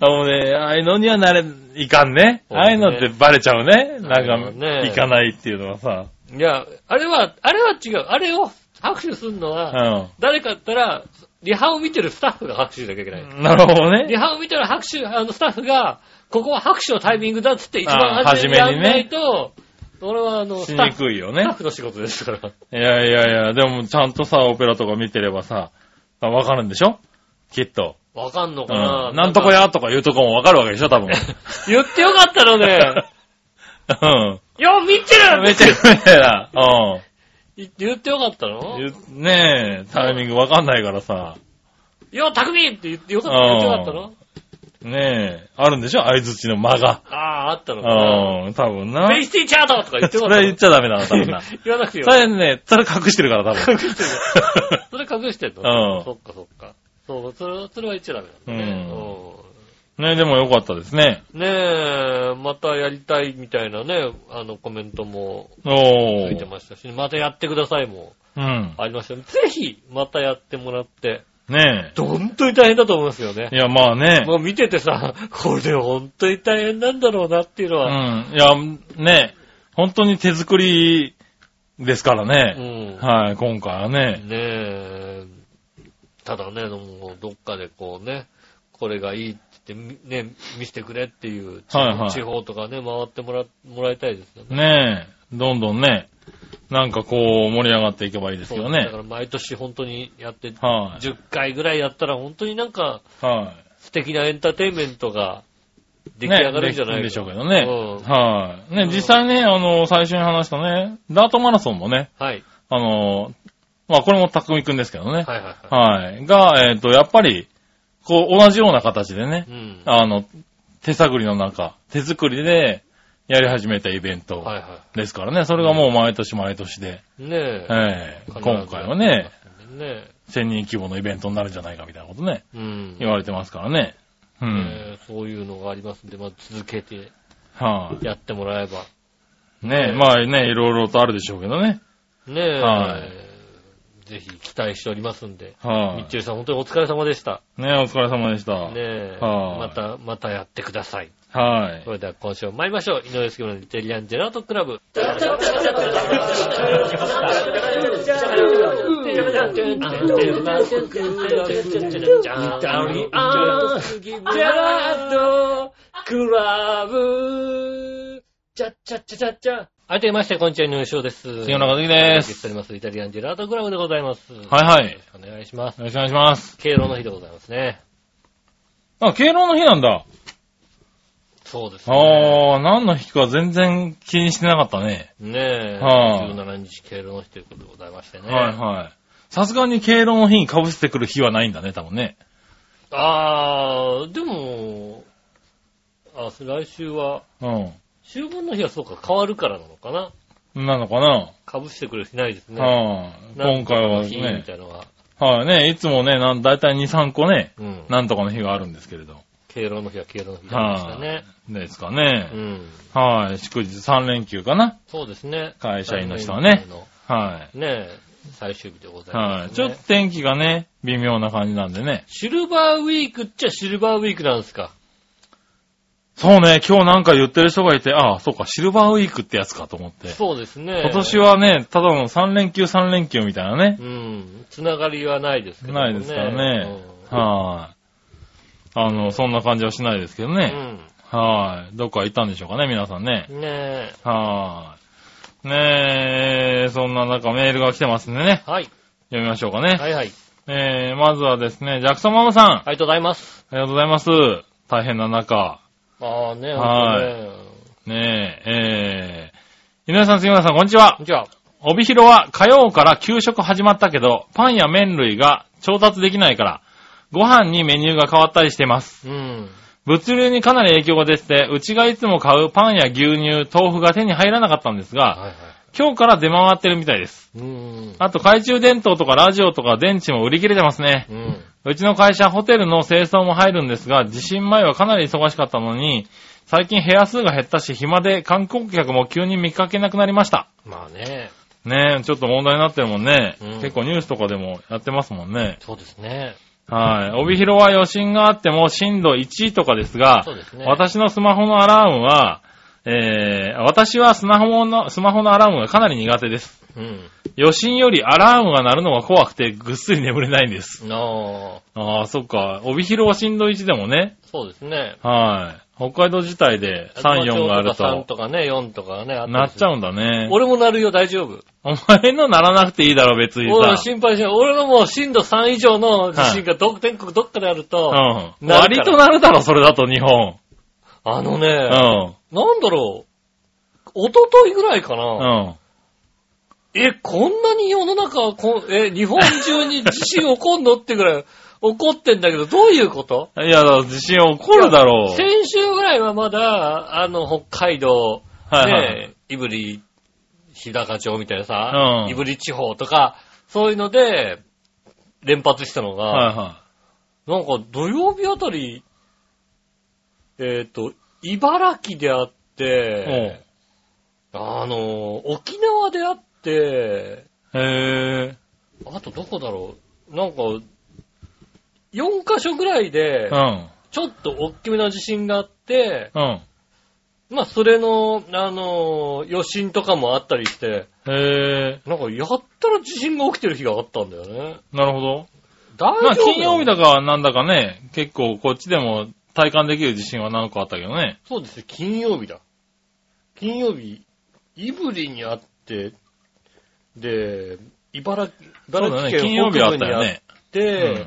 あのね、ああいうのにはなれ、いかんね。
そうね
ああいうのってバレちゃうね。な
そうん
か、
ね
いかないっていうのはさ。
いや、あれは、あれは違う。あれを拍手するのは、
う
誰かだったら、リハを見てるスタッフが拍手しなきゃいけない。
ん。なるほど
リ
ね。
ハを見てる拍手、あのスタッフが、ここは拍手のタイミングだっつって一番
あー
初めにや
初
ん
めにね
ないと、俺はあの、
し
スタッ
に
フ、
くいよ
スタッ
ね。
フの仕事ですから。
いやいやいや、でもちゃんとさ、オペラとか見てればさ、あわかるんでしょきっと。
わかんの
う
かな、
ん。なんとかやとか言うとこもわかるわけでしょ、 多分。
言ってよかったの ね。
うん。
よ、見てる
めちゃめちゃだ。う
い言ってよかったの
んゆ。ねえ、タイミングわかんないからさ。
よ、匠って言ってよかっ
う
た
ん
言ってよかったの
ねえ、あるんでしょ相づちの間が。
ああー、あったのかな
うん、多分な。
フェイスティーチャートとか言ってよ
そ
かった
れ言っ
の
ちゃダメだな、多分な。そ
言わな くていいよ。
れね、それ隠してるから、多分。
それ隠してん
う
の
ん
そっかそっか。そう、それそれは言っちゃダメだね。うん
ね、でもよかったですね。
ねえ、またやりたいみたいなね、あのコメントもつ
お
いて
ー。
ましたし、またやってくださいも
うん。
ありましたね。ぜひ、またやってもらって、
ね
本当に大変だと思いますよね
え。い。や、まあね。
もう見ててさ、これ本当に大変なんだろうなっていうの
う
は、
ん。いや、ねえ、本当に手作りですから
う
ね。
ん。
はい、今回はね。
ねえ、ただね、もうどっかでこうね、これがいいって言って、みね、見せてくれっていう地方,、
はいはい
とかね、回ってもら、もらいたいですよね。
ねえ、どんどんね、なんかこう盛り上がっていけばいいで
そ
す
う
よ
だ
ね
か。ら毎年本当にやって、
はい、
10回ぐらいやったら本当になんか
はい、
素敵なエンターテインメントが出来
ね
上がるんじゃないか、
できるんでしょうけどね。
う
はい、ね、
うん
実際ね、あの、最初に話したね、ダートマラソンもね、
んはい。
あの、まあこれも匠くんですけど
は
ね。
いはいは
はい。が、えっ、と、やっぱり、こう、同じような形でね
い。う、ん。
あの、手探りの中、手作りでやり始めたイベント
はいは
ですからね、それがもう毎年毎年で、
い。ねえ。
ええ
必ず
今回はね、。
ねえ。
1000人規模のイベントになるんじゃないかみたいなことね、
うん。
言われてますからね。うん。
ねえそういうのがありますんで、まあ、続けて
はい、
やってもらえば。
ね
ね
まあね、いろいろとあるでしょうけどね。
ねえ、
はい
ぜひ期待しておりますんで。
は
みっ
い、
ちゅうさん、本当にお疲れ様でした。
ねお疲れ様でした。
ねえ、
はい
また、またやってください。
はい。
それでは今週も参りましょう。井上杉村のイタリアンジェラートクラブ。はい、というまして、こんにちは、井上翔です。
杉村和樹で
お送りし
す。
ております。イタリアンジェラートクラブでございます。
はいはい。
お願いします。
よろしくお願いします。
敬老の日でございますね。
あ、敬老の日なんだ。
そうですね。
あー、何の日か全然気にしてなかったね。
ねえ、
はあ
17日敬老の日ということでございましてね。
はいはい。さすがに敬老の日に被せてくる日はないんだね、多分ね。
あー、でも、あ、来週は、
うん。
秋分の日はそうか、変わるからなのかな。
なのかな、
かぶしてくる日ないですね。
うん。今回
なん
は
とかの日み
ね、
たいなのは。
はいね、いつもね、なんだいたい2、3個ね、
うん。
なんとかの日があるんですけれど。
敬老の日は敬老の日なんですかね。
ですか
う
ね。
ん。
はい。祝日3連休かな。
そうですね。
会社員の人はね
会社員の
は
ね最終日でござ
い。
いま
はい。
す、
ち
ね。
ょっと天気がね、微妙な感じなんでね。
シルバーウィークっちゃシルバーウィークなんですか。
そうね、今日なんか言ってる人がいて、ああ、そうか、シルバーウィークってやつかと思って。
そうですね。
今年。はね、ただの3連休3連休みたいなね
う。ん。つながりはないですけども
ないですからね。
うん
はい。あの、そんな感じはしないですけどね。はい。どっか行ったんでしょうかね、皆さんね
う。ん。ね
はい。ねえ、そんな中メールが来てますんでね。
え。はい。
読みましょうかね。
はいはい。
えー、まずはですね、ジャクソンママさん。
ありがとうございます。
ありがとうございます。大変な中。
ああね、
はい
ほんとね。
ねえ、えー、井上さん、杉村さん、こんにちは
こん。にちは。
帯広は火曜から給食始まったけど、パンや麺類が調達できないから、ご飯にメニューが変わったりしてます。
うん。
物流にかなり影響が出てて、うちがいつも買うパンや牛乳、豆腐が手に入らなかったんですが、
はいはい。
今日から出回ってるみたいです。
うん。
あと懐中電灯とかラジオとか電池も売り切れてますね。
うん。
うちの会社、ホテルの清掃も入るんですが、地震前はかなり忙しかったのに、最近部屋数が減ったし、暇で観光客も急に見かけなくなりました。
まあね、
ねえ、ちょっと問題になってるもんね。
うん
結構ニュースとかでもやってますもんね。
そうですね。
はい。帯広は余震があっても震度1とかですが、
そうですね。
私のスマホのアラームは、えー、私はスマホの、スマホのアラームがかなり苦手です。
うん。
余震よりアラームが鳴るのが怖くてぐっすり眠れないんです。
ああ、
ああ、そっか。帯広は震度1でもね、
そうですね。
はい。北海道自体で3、4がある
3と
と、
かね、4とかね、あ
なっちゃ
う。
うんだね。
俺もなるよ、大丈夫。
お前のならなくていいだろ、別に
俺は
さ。
心配しない。俺のもう震度3以上の地震がど、全国どっかであると、
うん。
なる
割
から
となるだろ、それだと日本。
あのね、
う。
なんだろう、一昨日ぐらいか
う
な、
ん。
え、こんなに世の中こん、え、日本中に地震起こんのってぐらい 起こってんだけど、どういうこと
いや、だから地震起こるだろう。
先週ぐらいはまだ、あの、北海道、
はいはい。
ねえ、胆振、日高町みたいなさ、
うん
胆振地方とか、そういうので、連発したのが、
はいは
なんか土曜日あたり、えっ、と、茨城であっ
い。うん
て、あの、沖縄であって、
へ
あとどこだろう、なんか、4カ所ぐらいで
ぇ、うん。
ちょっと大きめな地震があって、
うん。
まあ、それの、あの、余震とかもあったりして、
へ
なんか、やったら地震が起きてる日があったんだよね。
ぇなるほど。
大丈夫
まあ、金曜日
だ。
だかなんだかね、結構こっちでも体感できる地震は何個あったけどね。
そうですよ、金曜日だ。金曜日、イブリにあって、で、茨城、
そうだ
茨
ね、
城
金
県
曜日
北
あ
部
った
にあ
よ
っ
ね。
て、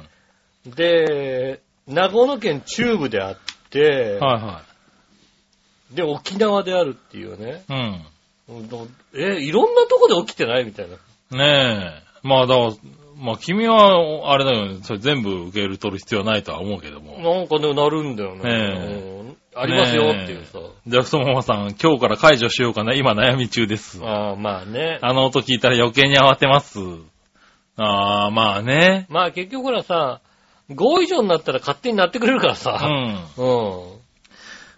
で、長野県中部であって、
うんは
で、沖縄であるっていうね。
いはい。
どえ、いろんなとこで起きてないみたいな。
うん。ねえ。まあ、だから、まあ、君は、おあれだよね、それ全部受け取る必要はないとは思うけども。
なんかね、なるんだよね。うんありますよっていうさ。
ジャクソンママさん、今日から解除しようかな、今悩み中です。
ああ、まあね。
あの音聞いたら余計に慌てます。ああ、まあね。
まあ結局ほらさ、5以上になったら勝手になってくれるから
うん。
さ。うん。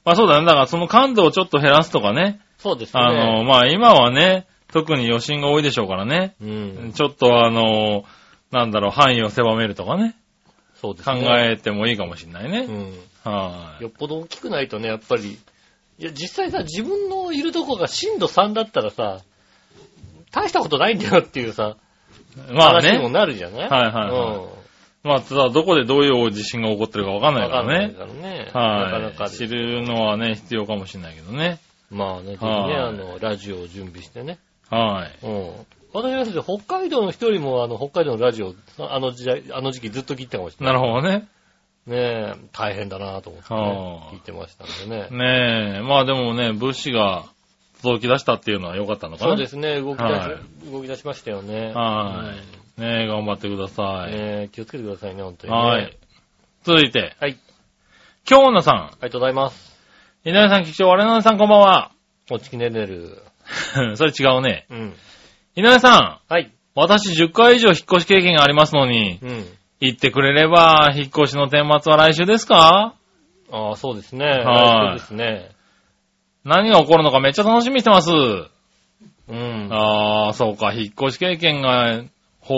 まあそうだね。だからその感度をちょっと減らすとかね。
そうですね。
あの、まあ今はね、特に余震が多いでしょうからね。
うん。
ちょっとあの、なんだろう、範囲を狭めるとかね。
そうです
考
ね。
えてもいいかもしれないね。
うん。
はい。
よっぽど大きくないとね、やっぱり。いや、実際さ、自分のいるとこが震度3だったらさ、大したことないんだよっていうさ、
まあ
話にも
ね。
なるじゃない
はいはいはいまあただどこでどういう地震が起こってるかわかん
うん。
ない
わか
か
んな
ら
い
ね。
からね。
はい。
なかなかです
知るのはね、必要かもしれないけどね。
まあね、ぜひね、
はい
あの、ラジオを準備してね。
はい。
うん。私はですね北海道の人よりも、あの、北海道のラジオ、あの時代、あの時期ずっと聞いてたかもしれない。
なるほどね。
ねえ、大変だなと思って、ね
は、あ
聞いてましたんでね。
ねえ。まあでもね、物資が届き出したっていうのは良かったのかな。
そうですね、動き出し、
は
動き出しましたよね。
は
うん
ねえ、頑張ってください。
ねえ気をつけてくださいね、本当に、ね。
はい。続いて、
はい。
京奈さん、
ありがとうございます。
稲田さん、局長、我々さん、こんばんは。
おちきねねる。
それ違うね。
うん。
稲田さん、
はい。
私10回以上引っ越し経験がありますのに、
うん。
言ってくれれば、引っ越しの天末は来週ですか
ああ、そうですね。
はい
そうですね。
何が起こるのかめっちゃ楽しみにしてます。
うん。
あー、そうか、引っ越し経験が豊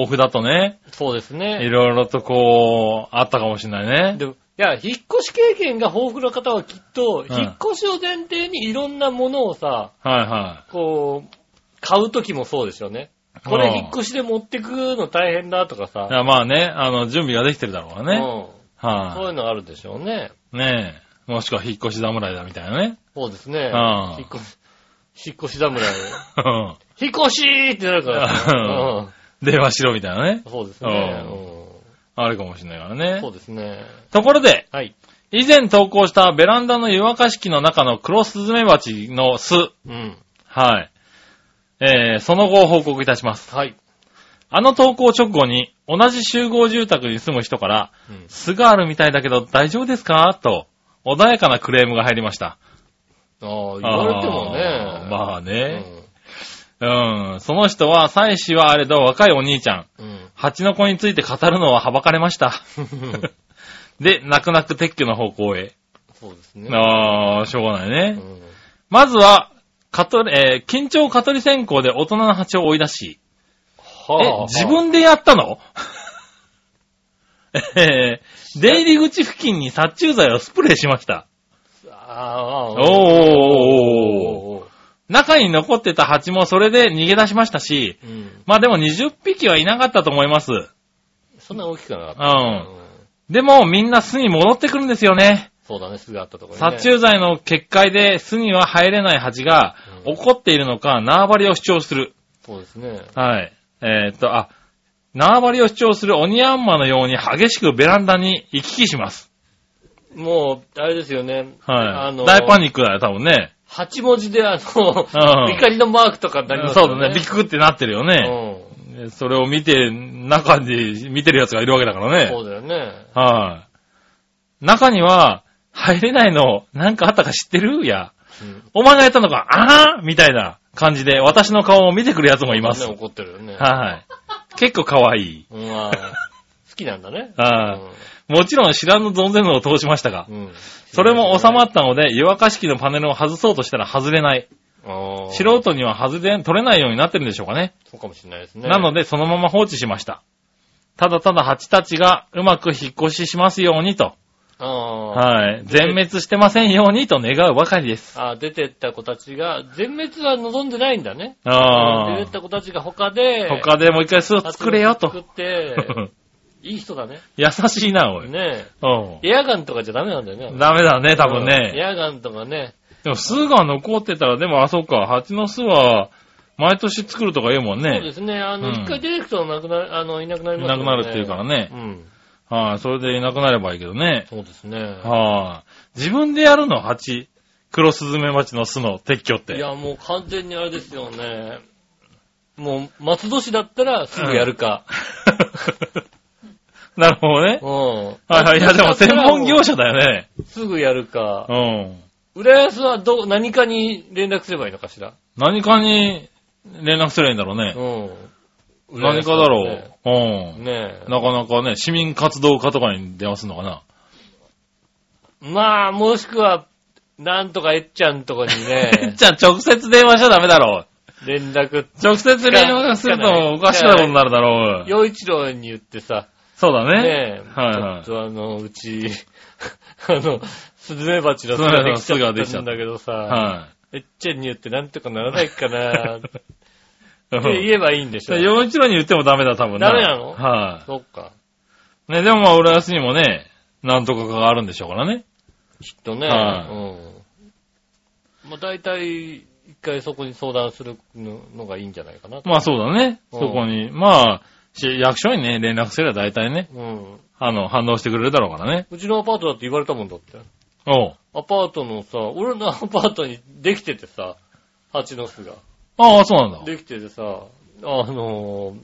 富だとね、
そうです
い
ね。
ろいろとこう、あったかもしれない ね。
でもいや、引っ越し経験が豊富な方はきっと、
ん
引っ越しを前提にいろんなものをさ、
はいは
こう、買うときもそうですよね。こ
うん
れ引っ越しで持ってくの大変だとか
い。
さ
い。やまあね、あの、準備ができてるだろうからね。
うん。そういう
は
のあるでしょうね。
い。ねえ。もしくは引っ越し侍だみたいな ね。
そうですね。
うん
引っ越し、引っ越し侍。
うん
引っ越しーってなるからね、
電話しろみたいなね。
うん。そうですね。
あるかもしれないから
うん
ね
そう。ですね。
ところで、
はい。
以前投稿したベランダの湯沸かし器の中のクロスズメバチの巣。
うん。
はい。えー、その後を報告いたします。
はい。
あの投稿直後に、同じ集合住宅に住む人から、
うん
巣があるみたいだけど大丈夫ですかと、穏やかなクレームが入りました。
ああ、言われても
あ
ね。
ーまあね、
ね。
うん。その人は、妻子はあれど若いお兄ちゃん、
うん。
蜂の子について語るのははばかれました。 で、泣く泣く撤去の方向へ。
そうですね。
ああ、しょうがないね。
うん
まずは、蚊取り、えー緊張蚊取り線香で大人の蜂を追い出し、
はあ
え、自分でやったの えー出入り口付近に殺虫剤をスプレーしました。
ああ、
おーおーおーおー
おー
中に残ってた蜂もそれで逃げ出しましたし、
うん。
まあでも20匹はいなかったと思います。
そんな大きくなかった。
うん。
うん
でもみんな巣に戻ってくるんですよね。
そうだね、すぐあったところね。
殺虫剤の決壊で巣には入れない蜂が
うん
怒っているのか縄張りを主張する。
そうですね。
はい。えーっと、あ、縄張りを主張するオニヤンマのように激しくベランダに行き来します。
もう、あれですよね。
はい。
あの、
大パニックだよ、多分ね。
8文字であの、
うん
怒りのマークとかになります
そ
よ
うだね。ビクってなってるよね。
う
それを見て、中で見てる奴がいるわけだから
ん。そ
ね。
うだよね。
はい。中には、入れないの、なんかあったか知ってるいや。
うん
お前がやったのか、ああみたいな感じで、私の顔を見てくる奴もいます
ね。怒ってるよね。
はい。結構可愛い。
うんまあ好きなんだね。
はい。もちろん知らぬ存ぜぬを通しましたが
う、ん。
それも収ま
っ
ったので、湯沸かし器のパネルを外そうとしたら外れない。素
白
人には外れ、取れないようになってるんでしょうかね。
そうかもしれないですね。
なので、そのまま放置しました。ただただ蜂たちがうまく引っ越ししますようにと、
ああ。
はい。全滅してませんようにと願うばかりです。
ああ、出てった子たちが、全滅は望んでないんだね。
あ
出て
あ
っ。た子たちが他で、
他でもう一回巣を作れよ
作っ
と。
て、 いい人だね。
優しいな、おい。
ね
う
え。エアガンとかじゃダメなんだよね。
ん。ダメだね、多分
うんエ
ね。
アガンとかね。
でも巣が残ってたら、でもあ、そうか、蜂の巣は、毎年作るとか言うもん
そうで
ね。
すね。あの、
うん
一、回出てくとなくなる、あの、いなくなりますよね。
いなくなるっていうからね
うん。
はい。それでいなくなればいいけどね。
そうですね。
はあ、自分でやるの蜂。黒スズメバチの巣の撤去っ
い
て。
や、もう完全にあれですよね。もう、松戸市だったらすぐやるか。
なるほどね
う。ん。
はいはい。いや、でも専門業
者。
者だよね。
すぐやるか
う。ん。
浦安はどう、何かに連絡すればいいのかしら。
何かに連絡すればいいんだろうね。
うん。
何かだろう。
う
う
ねえ
ん。。なかなかね、市民活動家とかに電話するのかな。、
まあ、もしくは、なんとかえっちゃんとかにね
じゃあ直接電話しちゃダメだろう。
連絡、
直接連絡するとおかしなことになるだろう。
洋一郎に言ってさ、
そうだね。
ねえ、
はいはい
ちょっとあの、うち、 あの、スズメバチの巣ができちゃったんだけどさ、
は
えっちゃんに言ってなんとかならないか な、って
い。
言えばいいんでしょ。
洋一郎に言ってもダメだ、多分
ダメなの
はい。
そっか。
ね、でもまあ、浦安にもね、なんとかがあるんでしょうからね。
きっとね、
はい
うん。まあ大体、一回そこに相談するののがいいんじゃないかなと。
まあそうだね。
う
そ
ん
こに。まあ、し役所にね、連絡すれば大体ね、
うん。
あの、反応してくれるだろうからね。
うちのアパートだって言われたもんだって。
おう。
アパートのさ、俺のアパートにできててさ、蜂の巣が。
ああ、そうなんだ。
できててさ、あのー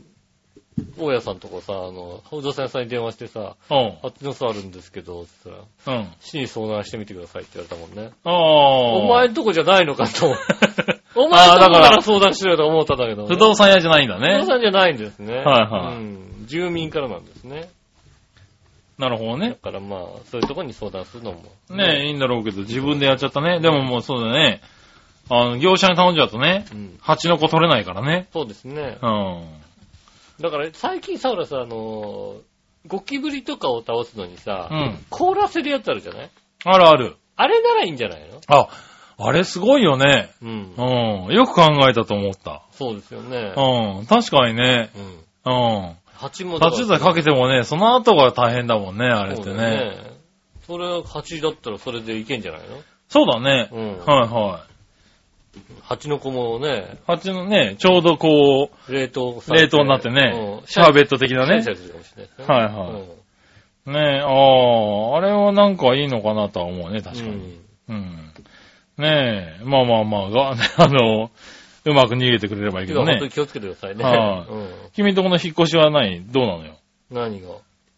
大家さんとこさ、あの、不動産屋さんに電話してさ、
うん。
あっちの巣あるんですけど、つったら、
うん。
市に相談してみてくださいって言われたもんね。
ああ。
お前んとこじゃないのか と。お前んとこ
あーだから
から相談しろよと思ったんだけどね、
不動産屋じゃないんだ
不動
ね。
産じゃないんですね。
はいはい
うん。住民からなんですね。
なるほど
だ
ね。
からまあ、そういうとこに相談するのも。
ねえ、いいんだろうけど、自分でやっちゃったね。でももうそうだね。あの、業者に頼んじゃうとね、
うん。
蜂の子取れないからね。
そうですね。
うん。
だから最近さ、ほらさ、あのーゴキブリとかを倒すのにさ、
うん
凍らせるやつあるじゃない
あるある。
あれならいいんじゃないの
あ、あれすごいよね。
うん。
うん。よく考えたと思った。
そうですよね。
うん。確かにね。
うん。
うん。
蜂も
殺虫剤かけてもね、その後が大変だもんね、あ
あ
れって
そうだ
ね。
ね。それは蜂だったらそれでいけんじゃないの
そうだね。
うん
はいはい。
蜂の子もね、
蜂のね、ちょうどこう、
冷凍され
冷凍になってね
う、ん
シャーベット的なね
シャ。リシャリするかもしれないですね。
はいはいねえ、ああ、あれはなんかいいのかなとは思うね、確か
うん。う
に。
ん
うん。ねえ、まあまあまあ、 が、あの、うまく逃げてくれればいい
け
け
ど
ど
本当
ね
に。気をつけてくださいね。
は
うん。
君んとこの引っ越しはないどうなのよ。
何が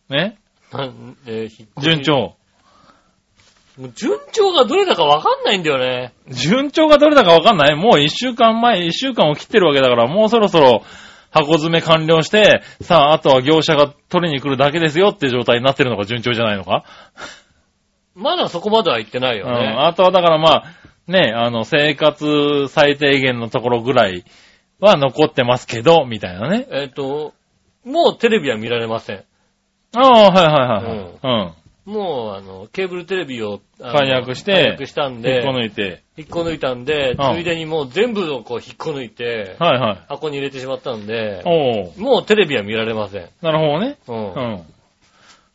ね
なんえー引っ越し
順。調。
もう順調がどれだかわかんないんだよね。
順調がどれだかわかんないもう一週間前、一週間を切ってるわけだから、もうそろそろ箱詰め完了して、さあ、あとは業者が取りに来るだけですよって状態になってるのが順調じゃないのか、
まだそこまでは行ってないうよね。
ん。あとはだからまあ、ね、あの、生活最低限のところぐらいは残ってますけど、みたいなね。
えっ、と、もうテレビは見られません。
ああ、はいはいはいはい。
もう、あの、ケーブルテレビを、あの
解約して
解約したん
うん。引っこ
で、
抜いて。
引っこ抜いたんで、
うん
ついでにもう全部をこう引っこ抜いて、
はいはい。
箱に入れてしまったんで、
おお
もうテレビは見られません。
なるほどね。
う。
うんん。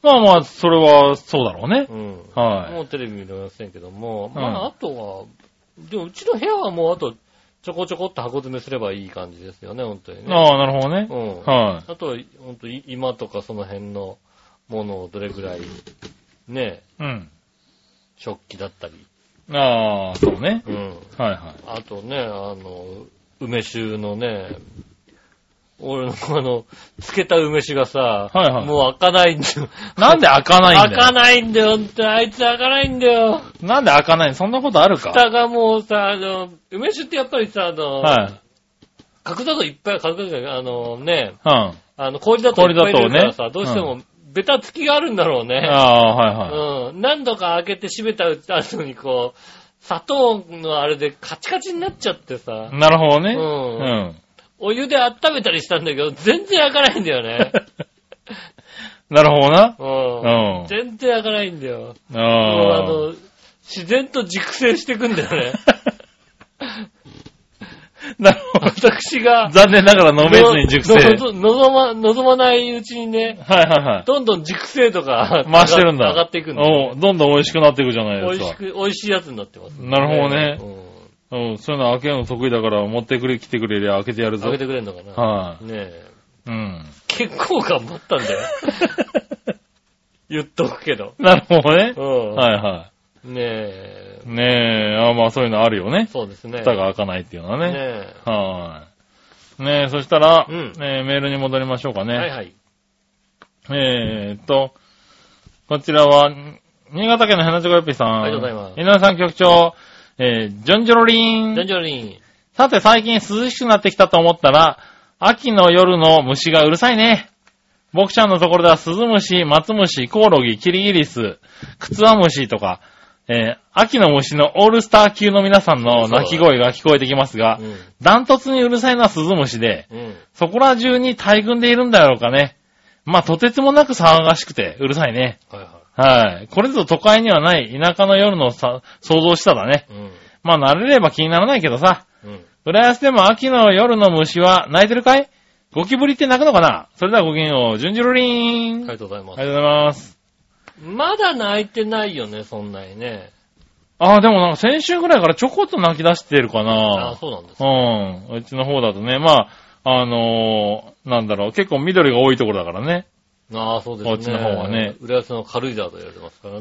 まあまあ、それはそうだろうね
う。ん。
は
もうテレビ見られませんけども、ま
うん
あ、あとは、でもうちの部屋はもうあと、ちょこちょこっと箱詰めすればいい感じですよね、本当に
い。
ね。
ああ、なるほどね
う。ん。
はい。
あとは、ほんと、い今とかその辺のものをどれぐらい、ね、
うん。
食器だったり、
ああ、そうね。
うん。
はいは
あとね、あの、梅酒のね、俺のあの、漬けた梅酒がさ、
はいはい
もう開かないんだよ。
い。なんで開かないん
開
だ
か
よ。
ないんだよ、って、あいつ開かないんだよ。
なんで開かないそんなことあるか
蓋がもうさ、あの、梅酒ってやっぱりさ、あの、
はい。
角砂糖いっぱい、角砂糖じゃないあのね、
うん。あ
あの、氷砂糖いっぱい入れるからさ、どう
氷
し
砂糖
て
をね
も、ベタつきがあるんだろうね。
あ、はいはい。
うん。何度か開けて閉めた後にこう、砂糖のあれでカチカチになっちゃってさ、
なるほどね。
うん
うん。
お湯で温めたりしたんだけど、全然開かないんだよ ね。
なるほどな。
うん
うん
全然開かないんだよ。もうあ
ああ。
の、自然と熟成してくんだよね。
なるほど。
私が、
残念ながら飲めずに熟成。はい
のの望ま、望まないうちにね、
はいはい。
どんどん熟成度が
回してるんだ。
上がっていくんだよ。
おうどんどん美味しくなっていくじゃないで
美
す
味し
か
く、。美味しいやつになってます。
なるほどね
うん
うん、そういうの開けるの得意だから持ってくれ、来てくれりゃ開けてやるぞ。
開けてくれんのかな。
はい、
ねえ。
うん。
結構頑張ったん だよ。言っとくけど。
なるほどね
う。ん。
はいは
ねえ、
い。ねえ、あまあそういうのあるよね。
そうですね。
蓋が開かないっていうのは
ね
ね。
え。
はい。ねえ、そしたら、
うん
えーメールに戻りましょうかね。
はいはい。
えーっと、こちらは、新潟県の花ちょこよっぴさん。
ありがとうございます
井上さん局長、えー、ジョンジョロリーン。
ジョンジョリン。
さて最近涼しくなってきたと思ったら、秋の夜の虫がうるさいね。僕ちゃんのところではスズムシ、マツムシ、コオロギ、キリギリス、クツワムシとか、えー秋の虫のオールスター級の皆さんの鳴き声が聞こえてきますが
う、ん。
ダントツにうるさいのはスズムシで、
うん。
そこら中に大群でいるんだろうかね。まあ、とてつもなく騒がしくてうるさいね。
はいは
はい。これぞ都会にはない田舎の夜のさ想像しただね。
い。うん。
まあ、慣れれば気にならないけどさ。
うん。
浦安でも秋の夜の虫は泣いてるかいゴキブリって泣くのかなそれではごきげんよう、じゅんじゅるりー
あり
ん。
がとうございま
あ
す。
りがとうございます。
まだ泣いてないよね、そんなにね。
ああ、でもなんか先週ぐらいからちょこっと泣き出してるか
ああ、
な
そうなんです。
うん。うちの方だとね、まあ、あのーなんだろう、結構緑が多いところだからね。
ああ、そうですね。
こっちの方はね
浦安の軽井沢と言われてますから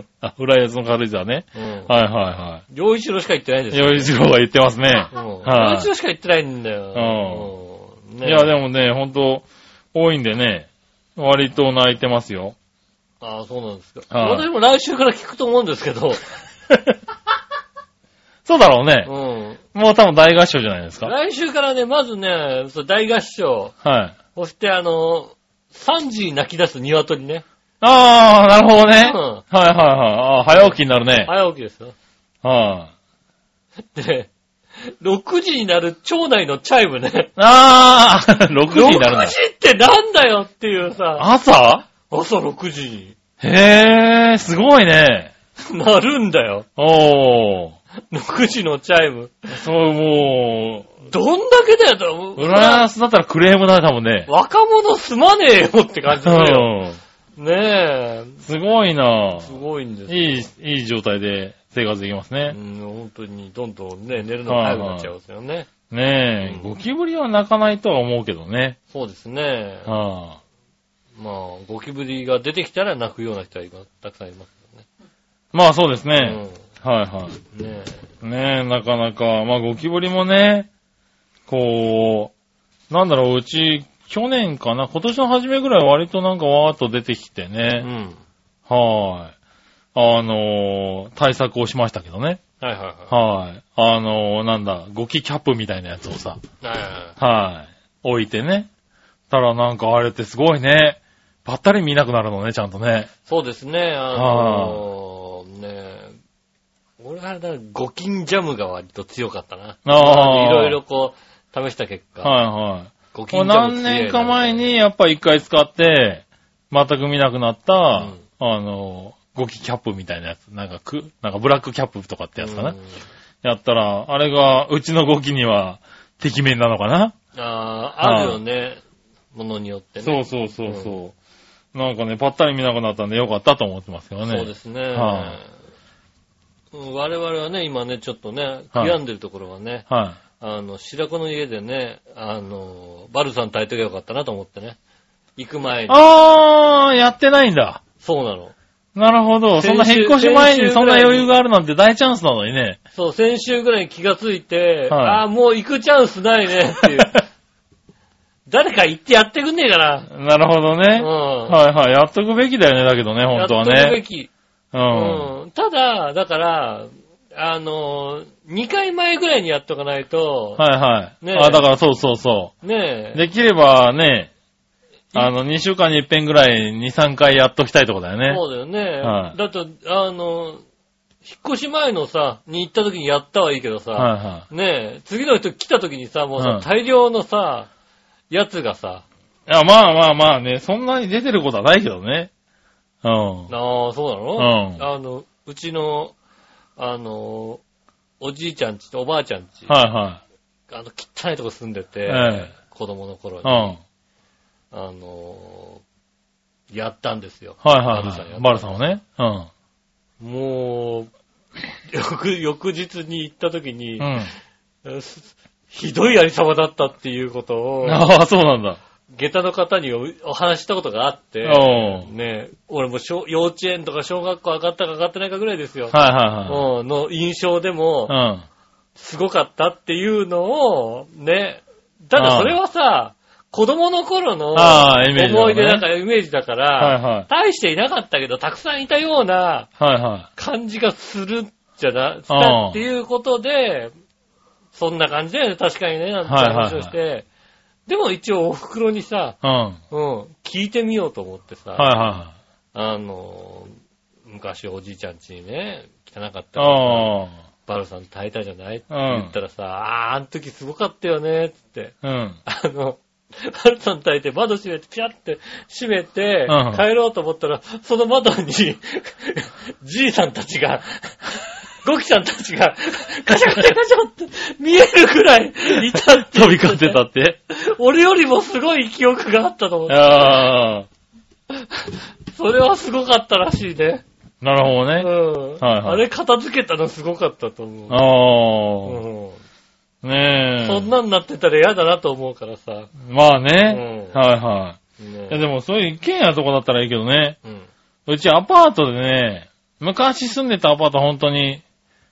ね。
あ、浦安の軽井沢ね。
うん。
はいは
洋一郎しか行ってないんで
いはい。
すよ。
洋一郎が言ってますね。
うん。
はい
洋一郎しか行ってないんだ
う
よ。うん。ね。
いや、でもね、ほんと、多いんでね、割と泣いてますよ。
ああ、そうなんですか。
はい
私も来週から聞くと思うんですけど、
そうだろうね。
うん。
もう多分大合唱じゃないですか。
来週からね、まずね、そう大合唱、
はい。
そしてあの、3時に泣き出す鶏ね。
あー、なるほど
う
ね。
ん。
はいはいはい。あー早起きになるね。
早起きですよ。
はい。
で、6時になる町内のチャイムね。
あー、6時 になる
6
ね
時。ってなんだよっていうさ、
朝
朝6時に
へー、すごいね。
なるんだよ。
おー。
6時のチャイム。
そう、も
どんだけだよと、
う、浦安だったらクレームだね、多分ね。
若者すまねえよって感じだよ。ねえ、
うんすごいな
すごいんですよ。
いい、いい状態で生活できます
う
ね。
ん、本当に、どんどんね、寝るのが早くなっちゃいますよね。
ねえ、
うん
ゴキブリは泣かないとは思うけどね。
そうですね。
はあ、
まあ、ゴキブリが出てきたら泣くような人は今、たくさんいますよね。
まあそうです
う
ね。はい
ん。
は
ね
い。ねえ、なかなか、まあゴキブリもね、こう、なんだろう、うち、去年かな、今年の初めぐらい割となんかわーっと出てきて
え。う
ね。
ん。
はーい。あのー対策をしましたけどね。
はいはいは
はい。あのーなんだ、ゴキキャップみたいなやつをさ、
い。はいはいはい
はい。置いてね。たらなんかあれってすごいね。ばったり見なくなるのね、ちゃんとね。
そうですね、あのー、ねえ俺はだから、ゴキンジャムが割と強かったな。
ああ。
いろいろ。こう、試した結果、
はいは
ゴキ
い。もう
ンジャム強
何
いな
年か前、に、やっぱ一回使って、全く見なくなった、
ん
あの、ゴキキャップみたいなやつ。なんかく、なんかブラックキャップとかってやつかな。
うん
やったら、あれが、うちのゴキには、てきめんなのかな、
ああ、あるよね、ものによってね。
そうそうそうそう。なんかね、ぱったり見なくなったんでよかったと思ってますけどね。
そうですね。
は
うん我々はね、今ね、ちょっとね、
はい
病んでるところはね、
はい。
あの、白子の家でね、あの、バルさん炊いとけばよかったなと思ってね。行く前に。
あー、やってないんだ。
そうなの。
なるほど。そ
先週
んな引っ越
先
し前に
週ぐらいに
そんな余裕があるなんて大チャンスなのにね。
そう、先週ぐらいに気がついて、
はい
ああ、もう行くチャンスないねって いう。誰か行ってやってくんねえかな。
なるほどね。
うん。
はいはい。やっとくべきだよね、だけどね、
や
本
っと
当は
くべ
ね。
き。
う。
うんん。ただ、だから、あの、2回前ぐらいにやっとかないと、
はいはい。
ねえ
あ、だからそうそうそ
ね
う。
え、
できればね、あの、2週間に一遍ぐらい、2、3回やっときたいとこだよね。
そうだよね。
はい
だって、あの、引っ越し前のさ、に行った時にやったはいいけどさ、
はいはい。
ねえ、次の人来た時にさ、もうさ、
うん
大量のさ、やつがさ、
いや、まあまあまあね、そんなに出てることはないけどね。うん。
ああ、そうな
う
の
ん。はい
あの、うちの、あの、おじいちゃんちとおばあちゃんち、
は
あの、汚いとこ住んでて、
ええ
子供の頃に、
い。うん。はい
あの、やったんですよ。
はいはい。
バ
バ
ル
ル
さ
さ
ん
ん
は
はね。うん。
もう、翌、翌日に行った時に
う、ん。
すひどいありさまだったっていうことを、
ああ、そうなんだ。
下駄の方におお話ししたことがあって、
おう
ねえ、俺も小幼稚園とか小学校上がったか上がってないかぐらいですよ。
はいはいはい。
うんの印象でも、
うん。
すごかったっていうのを、ね。ただそれはさ、子供の頃の
ああイメージだね
思い出だから、イメージだか
はい
ら、
はい。
大していなかったけど、たくさんいたような
はいは
感じがするんじゃな、したっていうことで、そんな感じだよね、確かにね、なんて話をして。でも一応お袋にさ、
い。うん。はい
うん、聞いてみようと思ってさ、
は
あの、昔おじいちゃん家にね、汚かった
い
からさ
はい。あ
バルさん炊いたじゃないって
うん
言ったらさ、あー、あの時すごかったよね、つって。
あ。うん。
あの、バルさん炊いて窓閉めて、ピャって閉めて
う、ん
帰ろうと思ったら、その窓に、じいさんたちが、ゴキさんたちが、カシャカシャカシャって見えるくらいいたって。
飛び交ってた。って。
俺よりもすごい記憶があったと思って。
ああ。
それはすごかったらしいね。
なるほど
う
ね。
ん。
はいはい
あれ片付けたのすごかったと思う。
あ
うん
あ。ねえ。
そん。なんなってたら嫌だなと思うからさ。
まあね。
うん
はいは
ね
い。いやでもそういう一軒家とかだったらいいけどね。
うん。
うちアパートでね、昔住んでたアパート本当に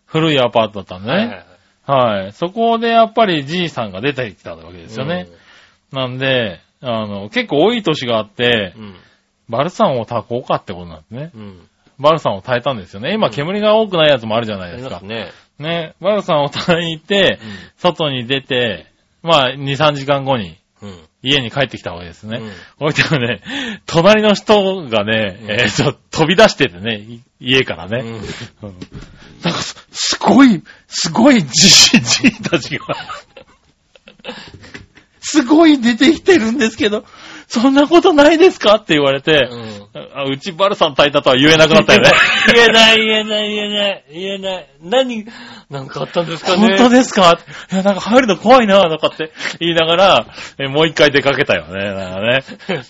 古いアパートだったんで
はいはい
ね。はい。そこでやっぱりじいさんが出てきたわけですよね。なんで、あの、結構多い年があって
う、ん。
バルサンを炊こうかってことなんですね。
うん。
バルサンを炊いたんですよね。今、
うん
煙が多くないやつもあるじゃな
あ
いで
り
す
ま
か
す。ね。
ね、バルサンを炊いて、外に出て、まあ、2、3時間後に
うん。うん。
家に帰ってきたわけですね。
うん
置いてもね、隣の人がね、
うん
えーと、飛び出しててね、い家からね。
うん
うんなんかす、すごい、すごいじじじいた ちが、すごい出てきてるんですけど、そんなことないですかって言われて、
うん。
あうちバルさん炊いたとは言えなくなったよね。
言えない、言えない、言えない、言えない。何、なんかあったんですかね。
本当ですかいや、なんか入るの怖いな、とかって言いながら、えもう一回出かけたよね。なんかね。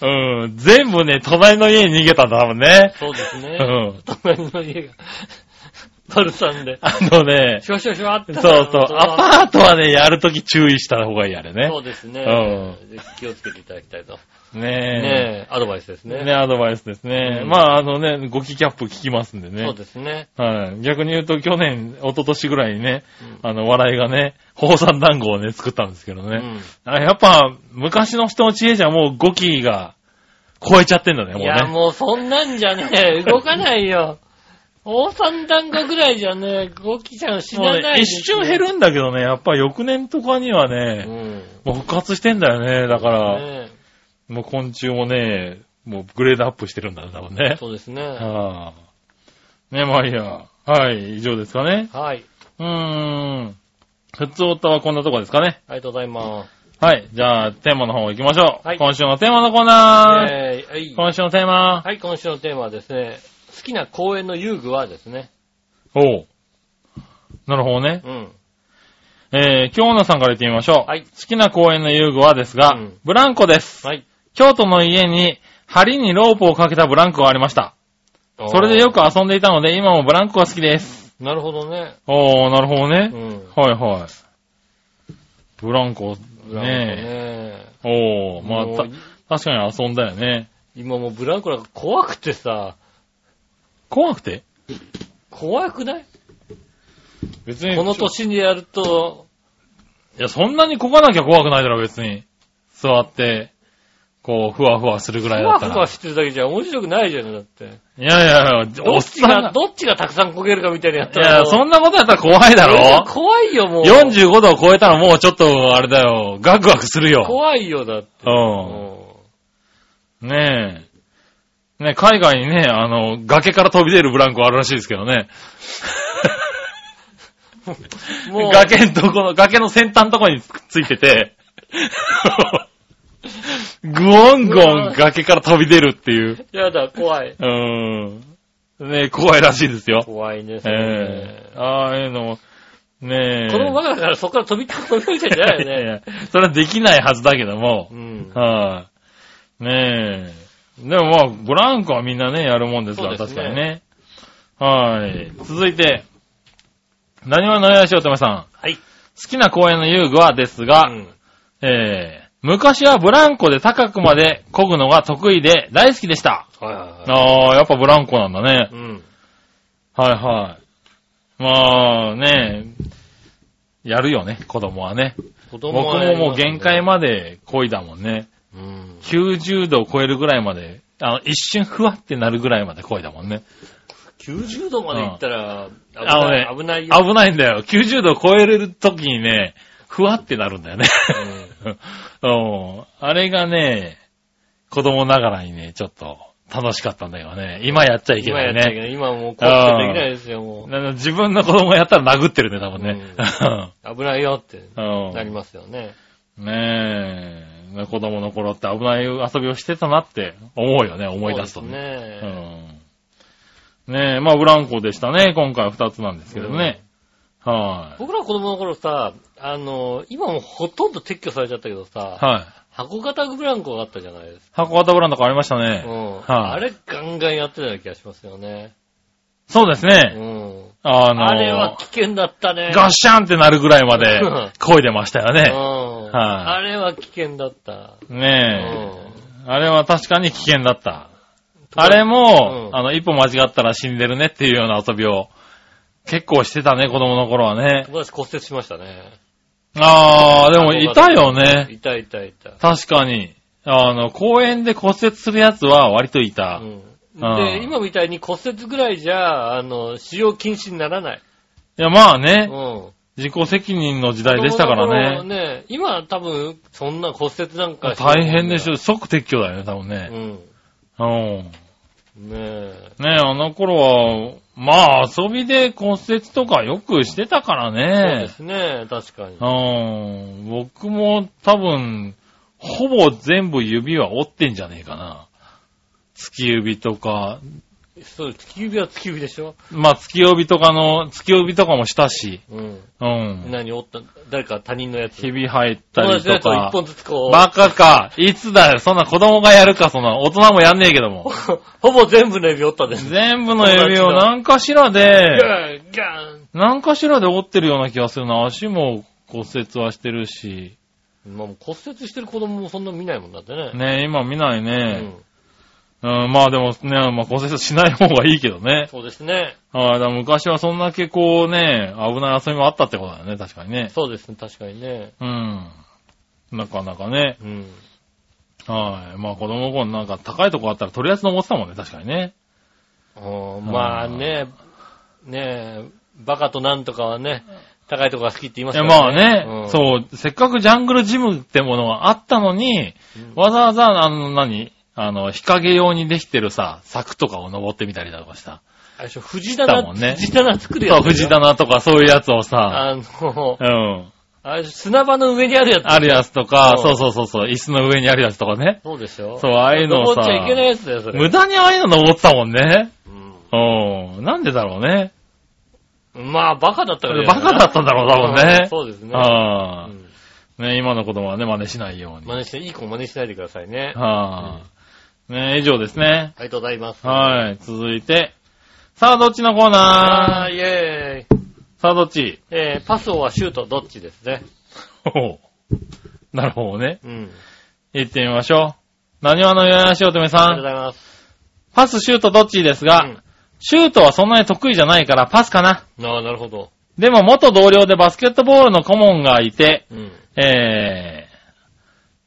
うん。全部ね、隣の家に逃げたんだ、多分ね。
そうです
う
ね。
ん。
隣の家が、バルさんで、
あのね、
シュワシュワシュワって。
そうそう、アパートはね、やるとき注意した方がいい、あれね
そ。うですね、
う
で気をつけていただきたいと。
ね
ねえ、アドバイスです
え。ね
ね。
アドバイスですね。
うん
まあ、あのね、ゴキキャップ聞きますんで
そ
ね
う。ですね。
はい。逆に言うと、去年、一昨年ぐらいにね、
う
あの、笑いがね、宝山団子をね、作ったんですけど
う
ね。
ん
あやっぱ、昔の人の知恵じゃもう5期が超えちゃってんだね、もう
い
ね。
や、もうそんなんじゃ ねえ、動かないよ。王三団子ぐらいじゃねえ、ゴキちゃん死
もう
なない
ね一瞬減
る。
るんだけどね、やっぱ翌年とかにはね、
うん。
もう復活してんだよね。だから、
ね
もう昆虫もね、もうグレードアップしてるんだね、多分
え
ね。
そうですね。
はあ、ね、まあいいや。はい、以上ですかね。
はい。
うーん。普通オタはこんなとこですかね。
ありがとうございます。
はい、じゃあ、テーマの方行きましょう。
はい
今週のテーマのコーナー。
えーはい
今週のテーマ
はい、今週のテーマはですね、好きな公園の遊具はですね。
おう。なるほどね。
うん。
えー、京野さんから言ってみましょう。
はい
好きな公園の遊具はですが、
うん
ブランコです。
はい。
京都の家に、針にロープをかけたブランコがありました。それでよく遊んでいたので、今もブランコが好きです。
なるほどね。
おー、なるほど
う
ね。
ん。
はいはい。ブランコ、ね
ね
え。おー、ま
もう
あ、た、確かに遊んだよね。
今もうブランコなんか怖くてさ、
怖くて
怖くない
別に。
この年にやると、
いや、そんなにこがなきゃ怖くないだろ、別に。座って、こう、ふわふわするぐ
ふ
らいだ
わ
った
ふ
ら。
わしてるだけじゃ面白くないじゃん、だって。
いやいやいや、
ど
おっ
っち
さん
が、
が。
どっちがたくさん焦げるかみたいにやっ
い
たら。
や、そんなことやったら怖いだろ
怖いよ、もう。
?45 度を超えたらもうちょっと、あれだよ、ガクガクするよ。
怖いよ、だって。
う
も
ん。ねえ。ね海外にね、あの、崖から飛び出るブランコあるらしいですけどね。
う、もう
崖のとこの、崖の先端のとこにつついてて、グオングオン崖から飛び出るっていう。
やだ、怖い。
うん。ね怖いらしいですよ。
怖いね、それ
ええああいうのも、ねえ。
このままだからそこから飛び、飛び降りちゃうんじゃないよね。
いやいやそれはできないはずだけども
う。ん。
はい、ねえ。でもまあ、ブランコはみんなね、やるもんですから、
そうで
確
すね
かにね。はい。続いて、何は何やしおとめさん。
はい。
好きな公園の遊具はですが、
うん
えー昔はブランコで高くまで漕ぐのが得意で大好きでした。
はいはいはい。
ああ、やっぱブランコなんだね。
うん。
はいはい。まあね、やるよね、子供はね。
子
僕ももう限界まで漕いだもんね。
で。うん。
90度を超えるぐらいまで、あの、一瞬ふわってなるぐらいまで漕いだもんね。
90度まで行ったら、危
あの
な
ね
い、危ないよ。
危ないんだよ。90度を超える時にね、ふわってなるんだよね。 うん。あれがね、子供ながらにね、ちょっと楽しかったんだけどね。今やっちゃいけ
今
な
や
い
っちゃい
ね。
けない。今もう怖くてできないですよ、も
あの自分の子供やったら殴ってるね、多分ね。
う。危ないよって
うん
なりますよね。
ねえ、子供の頃って危ない遊びをしてたなって思うよね、思い出すと
そう
ね。
です
う
ね。
んねえ、まあ、ブランコでしたね。今回二つなんですけどね。はい、
僕ら子供の頃さ、あの、今もうほとんど撤去されちゃったけどさ、
はい、
箱型ブランコがあったじゃないです
箱型ブランコありましたね
か。う。ん。
はい
あれガンガンやってたような気がしますよね。
そうです
う
ね。
ん。
あのー
あれは危険だったね。
ガッシャンってなるぐらいまで
うん
漕いでましたよ
う
ね。
ん。
はい
あれは危険だった。うん
ねえ、あれは確かに危険だった。あれも、
うん
あの、一歩間違ったら死んでるねっていうような遊びを結構してたね、子供の頃はね。
友達骨折しましたね。
あー、でもいたよね。
いたいたいた。
確かに。あの、公園で骨折するやつは割といた。
うん
あー
で、今みたいに骨折ぐらいじゃ、あの、使用禁止にならない。
いや、まあ
う
ね、
ん。
自己責任の時代でしたからね。
ね。今多分、そんな骨折なんかしても
大変でしょ。。即撤去だよね、多分
う
ね。
ん。
う
ね
ん。
え。
ねあの頃は、まあ、遊びで骨折とかよくしてたから
そうで
ね。
すね、確かに。
うん。僕も多分、ほぼ全部指は折ってんじゃねえかな。月指とか、
そう、月指は月指でしょ
まあ月指とかの、月指とかもしたし、
うん。
うん。
何おった、誰か他人のやつ。
ひび入った
友
り
達の
と
やつを一
か。
本ずつこう、
バカか。いつだよ。そんな子供がやるか、そんな。大人もやんねえけども。
ほぼ全部の指折ったんです。
全部の指を何かしらで、
ガン、ガン。
何かしらで折ってるような気がするな。足も骨折はしてるし。
まあもう骨折してる子供もそんな見ないもんだってね。
ね今見ないうね。
ん。
うん、まあでもね、まあ骨折しない方がいいけどね。
そうですね。
はい、だから昔はそんだけこうね、危ない遊びもあったってことだよね、確かにね。
そうですね、確かにね。
うん。なかなかね。
うん。
はい。まあ子供の頃なんか高いとこあったらとりあえず登ってたもんね、確かにね。
うんまあね、ねえ、バカとなんとかはね、高いとこが好きって言いま
い
すか
や、ま
らね。
あね、
うん
そう、せっかくジャングルジムってものがあったのに、
うん
わざわざ、あの、何あの、日陰用にできてるさ、柵とかを登ってみたりだとかさ。
あれでしょ、藤
だ
棚、
もんね
藤棚作るやつ。
そう、藤。棚とかそういうやつをさ、
あの
う、ん。
あれ砂場の上にあるやつ。
あるやつとか、
そ
そううそうそうそう、椅子の上にあるやつとかね。
そうでしょ
そう、ああいうのを
登
さ
っち、ゃいけないやつだよ、それ。
無駄にああいうの登ってたもんね。
う
うん。なんでだろうね。
んまあ、バカだったからじゃない
バカだったんだろう多分ね
うんそうですね。
あ
うん
あ。ね、今の子供はね、真似しないように。
真似して、いい子真似しないでくださいね。あ
はあ。ね、以上ですね。
りがとうございます。
はい。続いて。さあ、どっちのコー
あ
ナ
ー、
ー
イェーイ。
さあ、どっち
えー、パスオはシュート、どっちですね。
ほ うなるほどね。
うん。
行ってみましょう。何話のよやしおとめ
あ
さ
りがとうご
ん。
ざいます。
パス、シュート、どっちです
う
が、
ん
シュートはそんなに得意じゃないからパスかな。
ああ、なるほど。
でも元同僚でバスケットボールの顧問がいて、
うん。
えー、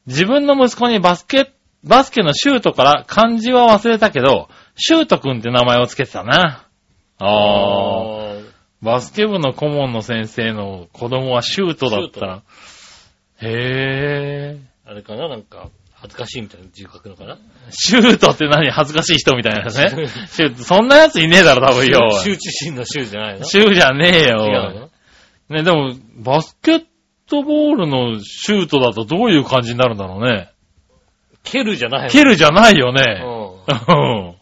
自分の息子にバスケ、バスケのシュートから漢字は忘れたけど、シュートくんって名前をつけてたな。あー。
あー。
バスケ部の顧問の先生の子供はシュートだったら。へー。
あれかななんか、恥ずかしいみたいな字書くのかな
シュートって何恥ずかしい人みたい なね。シュート、そんなやついねえだろ、多分よ。おい
羞恥心の羞じゃないの
シューじゃねえよ。おい
違うの
ね、でも、バスケットボールのシュートだとどういう感じになるんだろうね。
蹴るじゃないの
蹴るじゃないよね。
う
うん
ん。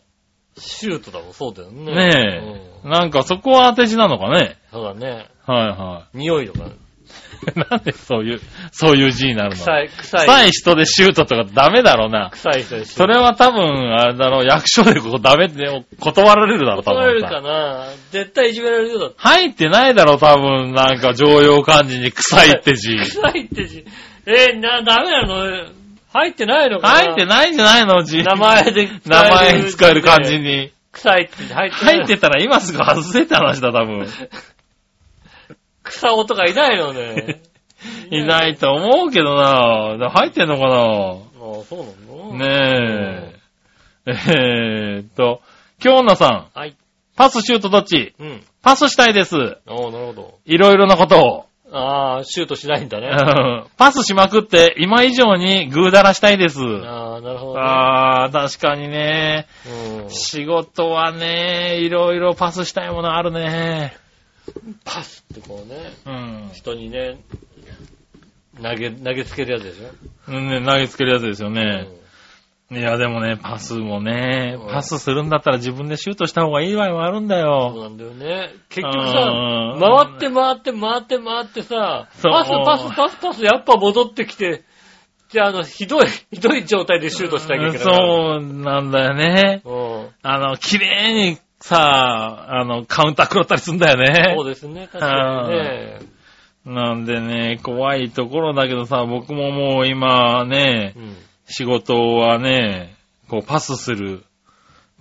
シュートだもん、そうだよね。
ね
う
え。
ん
なんかそこは当て字なのかね。
そうだね。
はいは
匂いとか、
い。 なんでそういう、そういう字になるの
臭い、臭い。
臭い人でシュートとかダメだろうな。
臭い人でしょ。
それは多分、あれだろう、役所でここダメって断られるだろう、多
怒られ
分
るか
さ。
な絶対いじめられるよだって。
入ってないだろう、多分、なんか常用漢字に臭いって字。
臭いって字。えー、な、ダメなの入ってないのかな
入ってないんじゃないの字。
名前で使える
名前に使える漢字に。
臭いって字入ってない
入ってたら今すぐ外せって話だ、多分。
臭男がいないよ ね。
いないと思うけどな。入ってんのかな
ああ、そうなの
ねえ。えーっと、京奈さん、
はい。
パスシュートどっち
うん。
パスしたいです。
ああ、なるほど。
いろいろなことを。
ああ、シュートしないんだ
う
ね。
ん パスしまくって、今以上にぐうだらしたいです。
ああ、なるほど、ね。
あー、確かにね。
うん
仕事はね、いろいろパスしたいものあるね。
パスってこうね、
うん。
人にね、投げ、投げつけるやつでしょ。
ね、投げつけるやつですよ
う
ね。
ん
いや、でもね、パスもね
うん、
パスするんだったら自分でシュートした方がいい場合もあるんだよ
そう。なんだよね。結局
うん
さ、回って回って回って回ってさ、
そう
パスパスパスパス、やっぱ戻ってきて、じゃあ、あの、ひどい、 ひどい状態でシュートしなきゃいけないから。
そうなんだよね。
うん。
あの、綺麗にさ、あの、カウンター食らったりすんだよね
そう。ですね、確かにね。
なんでね、怖いところだけどさ、僕ももう今ね
う、ん。
仕事はね、こうパスする、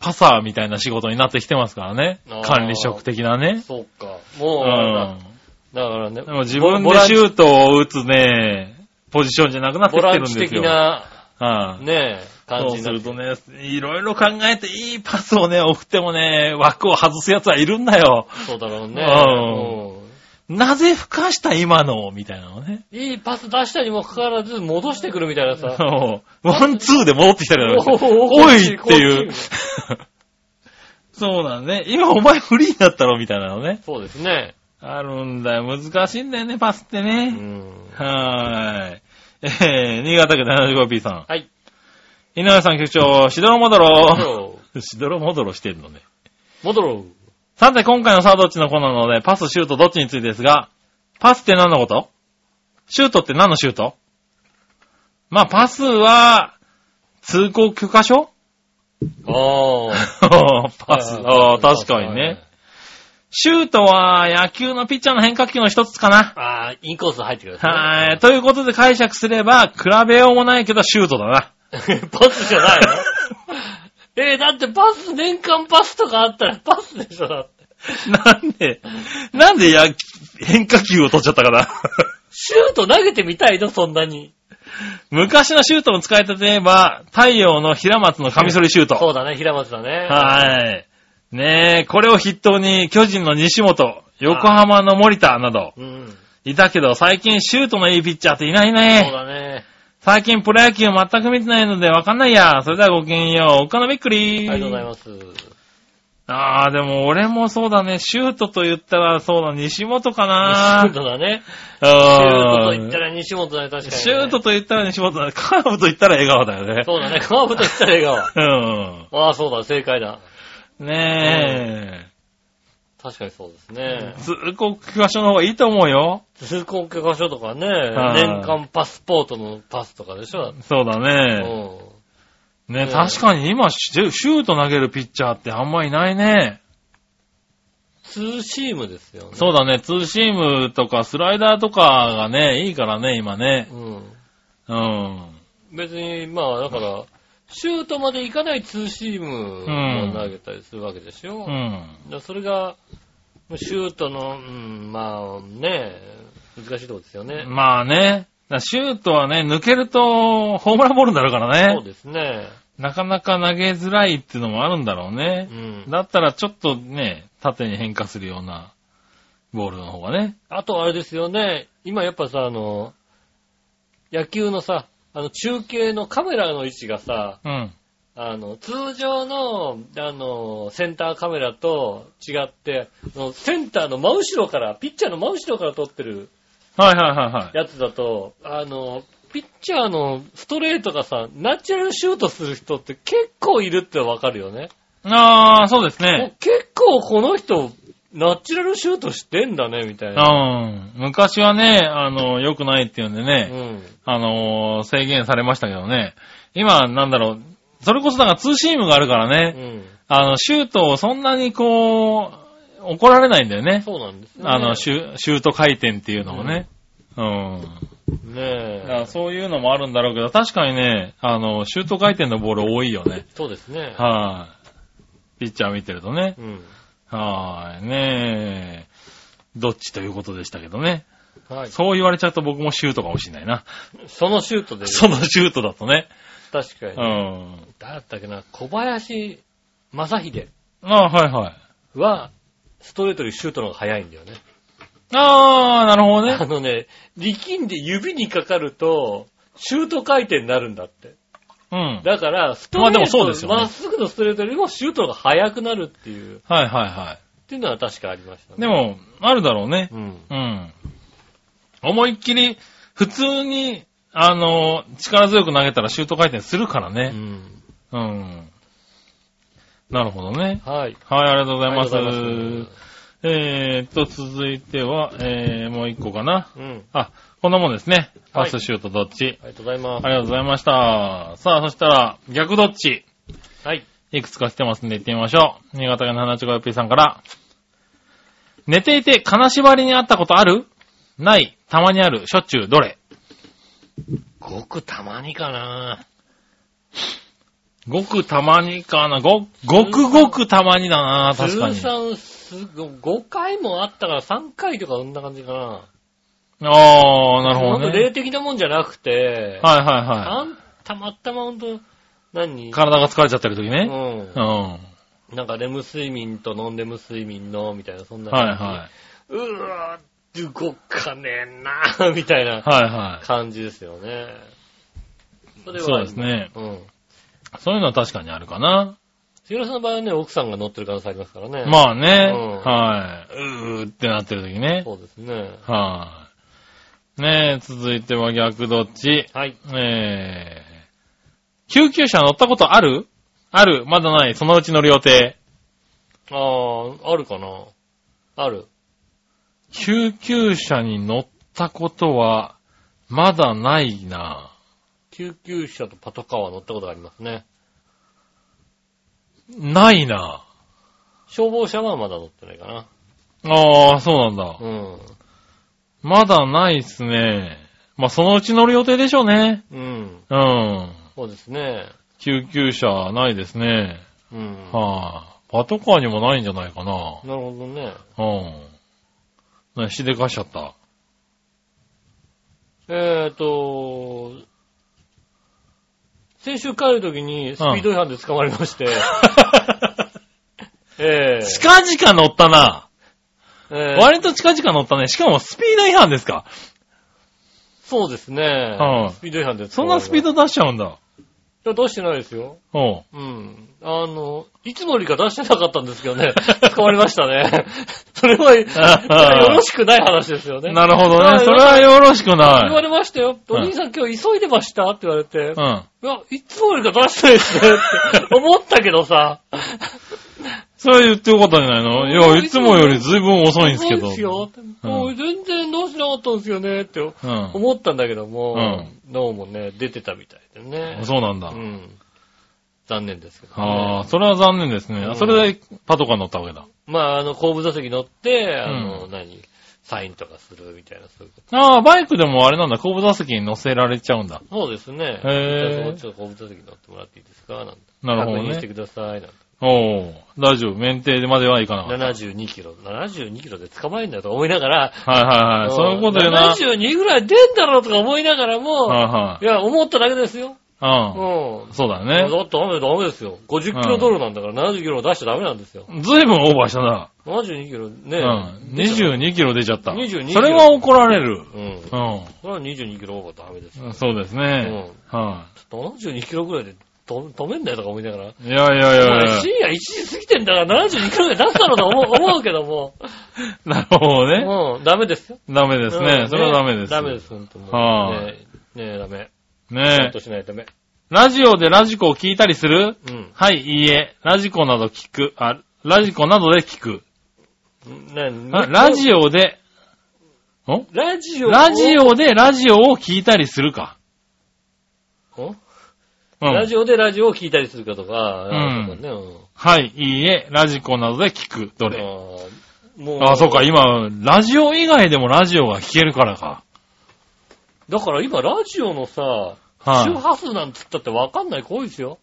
パサーみたいな仕事になってきてますからね
あー。
管理職的なね。
そうか。もう
う
あれだ、
ん。
だからね
で、も自分でシュートを打つね、ポジションじゃなくなって
ボ
き
ラ
て
ン
るん
チ
です
的
よ。
な、
はい
ねえ、感
そう
じに
す
なる
るとね、いろいろ考えていいパスをね、送ってもね、枠を外す奴はいるんだよ。
そうだろうね。
う
うん
なぜ吹かした今のみたいなの ね。
いいパス出したにもかかわらず戻してくるみたいなさ。
そうワンツーで戻ってきたりなんかして
おお
おいってい
こっ
う
ち。
そうなんね。今お前フリーになったろみたいなのね。
そうですね。
あるんだよ。難しいんだよね、パスって
う
ね。
ん。
はーい。えー、新潟県 75P さん。
はい。
井上さん局長、しどろもど ろ。
戻ろ
しどろもどろしてるのね。
う。戻ろ
さて、今回のさあどっちのコーナーなので、パス、シュート、どっちについてですが、パスって何のことシュートって何のシュートまあ、パスは、通行許可証
う。ああ。
パス。ああ、確かにね。。シュートは、野球のピッチャーの変化球の一つかな。
ああ、インコース入ってください。
はい。ということで解釈すれば、比べようもないけど、シュートだな。
パスじゃないのえー、だってパス、年間パスとかあったらパスでしょ、だって。
なんで、なんでや、変化球を取っちゃったかな。
シュート投げてみたいの、そんなに。
昔のシュートの使い方といえば、太陽の平松のカミソリシュート。
そうだね、平松だね。
はい。ねえ、これを筆頭に、巨人の西本、横浜の森田など、
うん。
いたけど、最近シュートのいいピッチャーっていない
そう
ね。
だね。
最近プロ野球全く見てないのでわかんないや。それではごきげんよう。岡野びっく
あり
り。
がとうございます。
あー、でも俺もそうだね。シュートと言ったら、そうだ、西本
シ
か
ュ
な
ー。トだね。シュートと
う
言
ん
ったら西本だね、確かにね。
シュートと言ったら西本だ。カーブと言ったら笑顔だよね。
そうだね、カーブと言ったら笑
う。ん。
顔。ああ、そうだ、正解だ。
ね
確かにそうですね
え。。通告許可書の方がいいと思うよ。
通行許可証とかね、
はい
年間パスポートのパスとかでしょ。
そうだ
う
ね。
ん。
ね、
うん
確かに今シュ、シュート投げるピッチャーってあんまいないね。
ツーシームですよね。
そうだね、ツーシームとかスライダーとかがね、いいからね、今ね。
うん。
うん。
別に、まあ、だから、シュートまで行かないツーシームを投げたりするわけでしょ。
う
だか
ん。
らそれが、シュートの、うん、まあね、難しいとこですよね。
まあね、だシュートはね、抜けるとホームランボールになるから
そう
ね。
ですね。
なかなか投げづらいっていうのもあるんだろう
う
ね。
ん。
だったらちょっとね、縦に変化するようなボールの方がね。
あとあれですよね、今やっぱさ、あの、野球のさ、あの中継のカメラの位置がさ、
うん。
あの、通常の、あの、センターカメラと違って、あのセンターの真後ろから、ピッチャーの真後ろから撮ってる
はいはいはいはい。
やつだと、あの、ピッチャーのストレートがさ、ナチュラルシュートする人って結構いるってわかるよね。
ああ、そうです
もう
ね。
結構この人、ナチュラルシュートしてんだね、みたいな。
うん。昔はね、あの、良くないっていうんでね。
うん。
あのー制限されましたけどね。今、なんだろう、それこそだからツーシームがあるから
う
ね、
ん。
あの、シュートをそんなにこう、怒られないんだよね。
そうなんですよ、ね。
あの、シュシュート回転っていうのもね。うん。
ね
だか
え
ら。そういうのもあるんだろうけど、確かにね、あの、シュート回転のボール多いよね。
そうですね。
はい、ピッチャー見てるとね
う。ん。
はい、ねえ。どっちということでしたけどね。
はい。
そう言われちゃうと僕もシュートかもしれないな。
そのシュートで、
そのシュートだとね。
確か
う
に。
ん。
誰だったっけな、小林正秀
あはいはい。
は、ストレートよりシュートの方が早いんだよね。
あー、なるほど
あ
ね。
のね、力んで指にかかると、シュート回転になるんだって。
うん。
だから、ストレ
まあ
ー
で
ト、
もそうですよね
まっすぐのストレートよりもシュートの方が速くなるっていう、っ
はいはいは
ていうのは確かありました
い。
ね。
で、も、あるだろうね。
うん。
うん。思いっきり、普通に、あの、力強く投げたらシュート回転するから
う
ね。
ん。
うん。なるほどね。
はい。
はい、ありがとうございます。
ありがとうございま
えーっと、続いては、えー、もう一個かな。
す。うん。
あ、こんなもんですね。
は
パ
い
ス、シュート、どっち、
ありがとうございま
ありがとうございました。さあ、そしたら、逆どっち
す。はい。
いくつか来てますんで行ってみましょう。新潟県の花千 p さんから。寝ていて金縛りにあったことあるない。たまにある。しょっちゅう。どれ
ごくたまにかな
ごくたまにかな。ご、ごくごくたまにだな、確かに
通。算すご5回もあったから3回とかそんな感じかな。
ああ、なるほど
んと霊
ね。
的なもんじゃなくて、
はいはいは
あんたまたまほんと、何
い。体が疲れちゃってる時
う
ね。
ん
う。ん。は
なんかレム睡眠とノンレム睡眠の、みたいな、そん
い
な感じ。。
はい
うわー、動かねえなー、みたい
い。
な
はいは
感じですよね。そ
い。
れは
そうです。ね。
うん。
そういうのは確かにあるかな。
杉浦さんの場合はね、奥さんが乗ってる可能性ありますからね。あ。
まあね。
うん
はい。うーってなってる時ね。
そうですね。
はい。ねえ、続いては逆どっち。
はい。
えー、救急車乗ったことあるある。まだない。そのうち乗る予定。
あー、あるかなある。
救急車に乗ったことは、まだないな。
救急車とパトカーは乗ったことがありますね。
ないな。
消防車はまだ乗ってないかな。
ああ、そうなんだ。
うん。
まだないっすね。まあ、そのうち乗る予定でしょうね。
うん。
うん。
そうですね。
救急車ないですね。
うん。
はい、パトカーにもないんじゃないかな。
なるほどね。
うん。ね、しでかしちゃった。
えーと、先週帰るときにスピード違反で捕まりまして、えー
近々乗ったな。
えー
割と近々乗ったね。しかもスピード違反ですか。
そうですね、
うん
スピード違反で
そんなスピー
ド
ド出しちゃうんだ。
いや、出してないですよ。
うん。
うん。あの、いつもよりか出してなかったんですけどね、 捕まりましたね。 そ れは、よろしくない話ですよね。
なるほど
はい
ね。それはよろしく
言わ
ない。
れましたよ。お兄さん今日急いでましたって言われて、
うん。
いや、いつもよりか出してないですねって 思ったけどさ。
それは言ってよかったんじゃないのいや、いつもよりずいぶん遅いんですけ
そう
ど。
ですよ。
うん
もう全然どうしなかったんですよねって
うん。
思ったんだけども、どうもね、出てたみたいでね。
そうなんだ
う。ん。残念ですけど、ね。
ああ、それは残念ですね。
うん
それでパトカー乗ったわけだ。
まあ、あの、後部座席乗って、あの、何、サインとかするみたいな、そういうこ
ああ、バイクでもあれなんだ。後部座席に乗せられちゃうんだ。
と。そうですね。
へ
じ
ー
ゃあちょっと後部座席乗ってもらっていいですかなんて。
なるほど
確認して
ね。
ください。なんて
おお大丈夫。免停まではいかなかった。
72キロ。72キロで捕まえるんだと思いながら、
はいはいはい。そういうことよな。はい
72ぐらい出んだろうとか思いながらも、
はい
や、思っただけですよ。う
い。うんん。。そうだ
ね、
よ
だってダメだ、ダメですよ。50キロドルなんだから、70キロ出しちゃダメなんですよ。
ね。ずいぶんオーバーしたな。
72キロね。
うん。22キロ出ちゃった。
22
それは怒られる。
うん。
う
それは22キロオーバーダメですよ。
ん。そうですね。は
ちょっと72キロぐらいでと止めんだよとか思いながら。
い。いやいやい
お
や
前
いや。
深夜1時過ぎてんだから72キロぐらい出したろと思う思うけども。
なるほどね。
うん、ダメですよ。
ダメです
う
ね
ん。
それはダメです。
ダメです、本当に。
はい
ねえ、ねえダメ。ちゃ
ね
んとしないとダメ。
ラジオでラジコを聞いたりする
うん。
はい、いいえ。ラジコなど聞く。あ、ラジコなどで聞く。
ね
あラジオで、ん
ラジオを。
ラジオでラジオを聞いたりするか。
お
うん
ラジオでラジオを聞いたりするかとか、
うん
なんかね、うん
はい、いいえ。ラジコなどで聞く。どれ
あーもう、
あ、そうか、今、ラジオ以外でもラジオが聞けるからか。
だから今、ラジオのさ、周
は
波数なんつったってわかんない子多いですよ。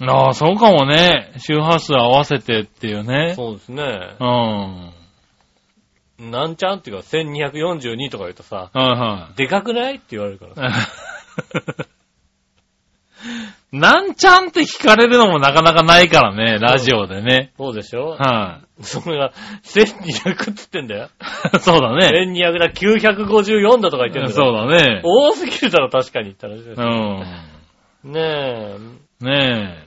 い。ああ、そうかもね。周波数合わせてっていうね。
そうですね
う。ん。は
なんちゃんっていうか、1242とか言うとさ、
いは
でかくないって言われるからさ。
い。 なんちゃんって聞かれるのもなかなかないからね、ラジオでね。
そうでしょ
は
それが、1200っつってんだよ。
い。 そうだね。
1200だ、954だとか言ってんだ
そう
う。
だね。
多すぎるだろ、確かに言ったら。
う
ねえ、
ん。ねえ。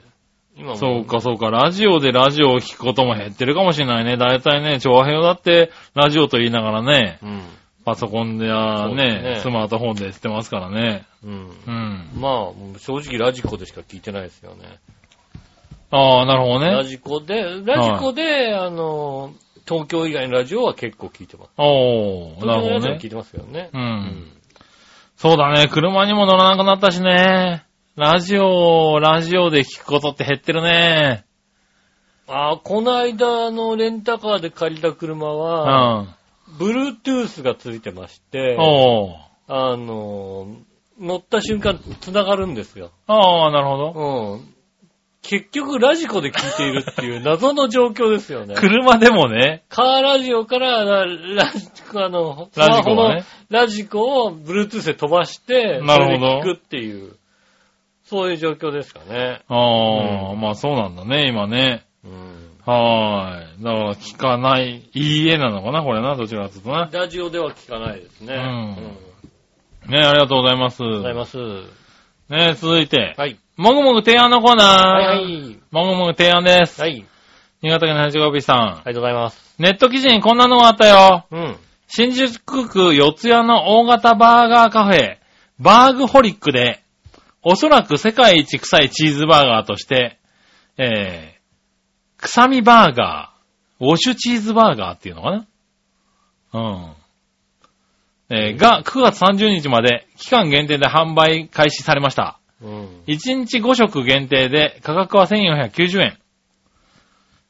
今も
そう。か、そうか。ラジオでラジオを聞くことも減ってるかもしれないね。だいたいね、長編だって、ラジオと言いながらね、
うん。
パソコンでや
そ
ね
うですね
スマートフォンでやってますからね。
うん。
うん。
まあ、もう正直ラジコでしか聞いてないですよね。
ああ、なるほど
ラ
ね。
ジコで、ラジコで、あの、東京以外のラジオは結構聞いてます。
おー、な
東京のラ
るほ
ジ
ど
オは
ね
聞。いてますよね
う。。。
うん
そうだね。車にも乗らなくなったしね。ラジオ、ラジオで聞くことって減ってるね。
ああ、この間のレンタカーで借りた車
う
は、
ん。
Bluetooth がついてまして、
おー。
あの、乗った瞬間繋がるんですよ。
ああ、なるほど。
うん。結局ラジコで聞いているっていう謎の状況ですよね。
車でもね、
カーラジオから、なラジコ、あの、ス
ラ
マ
ジコ
ホ
を
の
ね
ラジコを Bluetooth で飛ばして、
なる
それ
ほど
で聞くっていう、そういう状況ですかね。
ああ、
う
まあそうなんだね、今ね。
うん。
はーい。だから聞かない、いいえなのかな、これな、どちらかというとな。
ラジオでは聞かないですね。
うん
うん。
ね、ありがとうございます。
ございます。
ね、続いて、
はい。
もぐもぐ提案のコーナ
は
ー。
いはい。
もぐもぐ提案です。
はい。あり
新潟県の八5日さん。
がとうございます。
ネット記事にこんなのがあったよ。
うん。
新宿区四谷の大型バーガーカフェ、バーグホリックで、おそらく世界一臭いチーズバーガーとして、えー、臭みバーガー、ウォッシュチーズバーガーっていうのかなうん。えーが、9月30日まで、期間限定で販売開始されました。
うん。
1日5食限定で価格は1490円。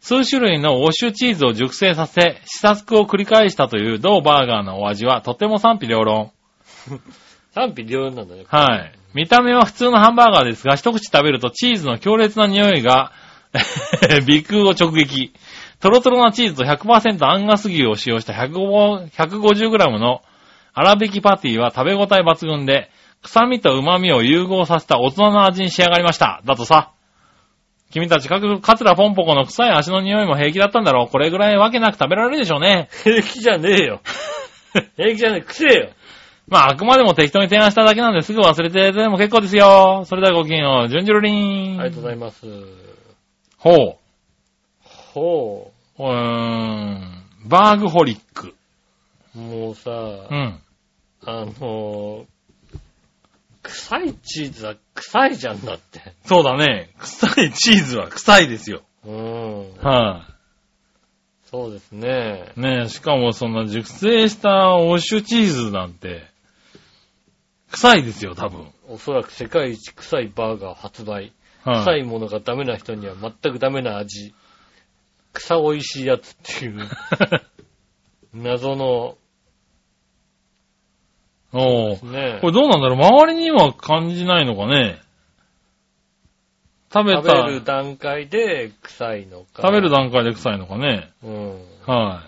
数種類のウォッシュチーズを熟成させ、試作を繰り返したという同バーガーのお味はとても賛否両論。
賛否両論なんだね。
はい。見た目は普通のハンバーガーですが、一口食べるとチーズの強烈な匂いが、 鼻腔を直撃。トロトロなチーズと100%アンガス牛を使用した150 150g の粗挽きパティは食べ応え抜群で、臭みと旨みを融合させた大人の味に仕上がりました。だとさ。君たち、かくカツラポンポコの臭い足の匂いも平気だったんだろう。これぐらいわけなく食べられるでしょうね。
平気じゃねえよ。平気じゃ ねえ。くせえよ。
まあ、あくまでも適当に提案しただけなんですぐ忘れてでも結構ですよ。それではごきげんよう。じゅんじゅるり
あ
ーん。
りがとうございます。
ほう。
ほ
うーん。バーグホリック。
う。もうさ、
うん。
あのー、臭いチーズは臭いじゃんだって。
そうだね。臭いチーズは臭いですよ。
うん。
は
そうですね。
い、ねえ、しかもそんな熟成したウォッシュチーズなんて、臭いですよ、多分。
おそらく世界一臭いバーガー発売。
はい、
臭いものがダメな人には全くダメな味。臭美味しいやつっていう 謎の、
おう
ね
これどうなんだろう周りには感じないのかね食べた、
食べる段階で臭いのか。
食べる段階で臭いのかね
うん。
は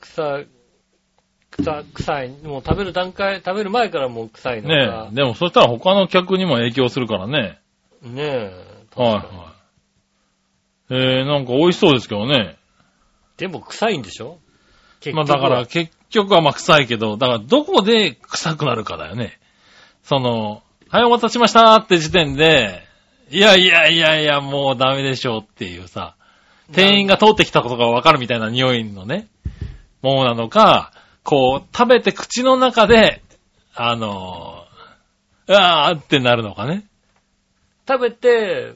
臭い、臭い、臭い、もう食べる段階、食べる前からもう臭い
い。
の
ね
か。
え、でもそしたら他の客にも影響するからね。
ねえ。
はいはい。えー、なんか美味しそうですけどね。
でも臭いんでしょ結
まあだから、結局はまあ臭いけど、だからどこで臭くなるかだよね。その、はいお待たせしましたって時点で、いやいやいやいやもうダメでしょうっていうさ、店員が通ってきたことがわかるみたいな匂いのね、ものなのか、こう食べて口の中で、あのー、うわーってなるのかね。
食べて、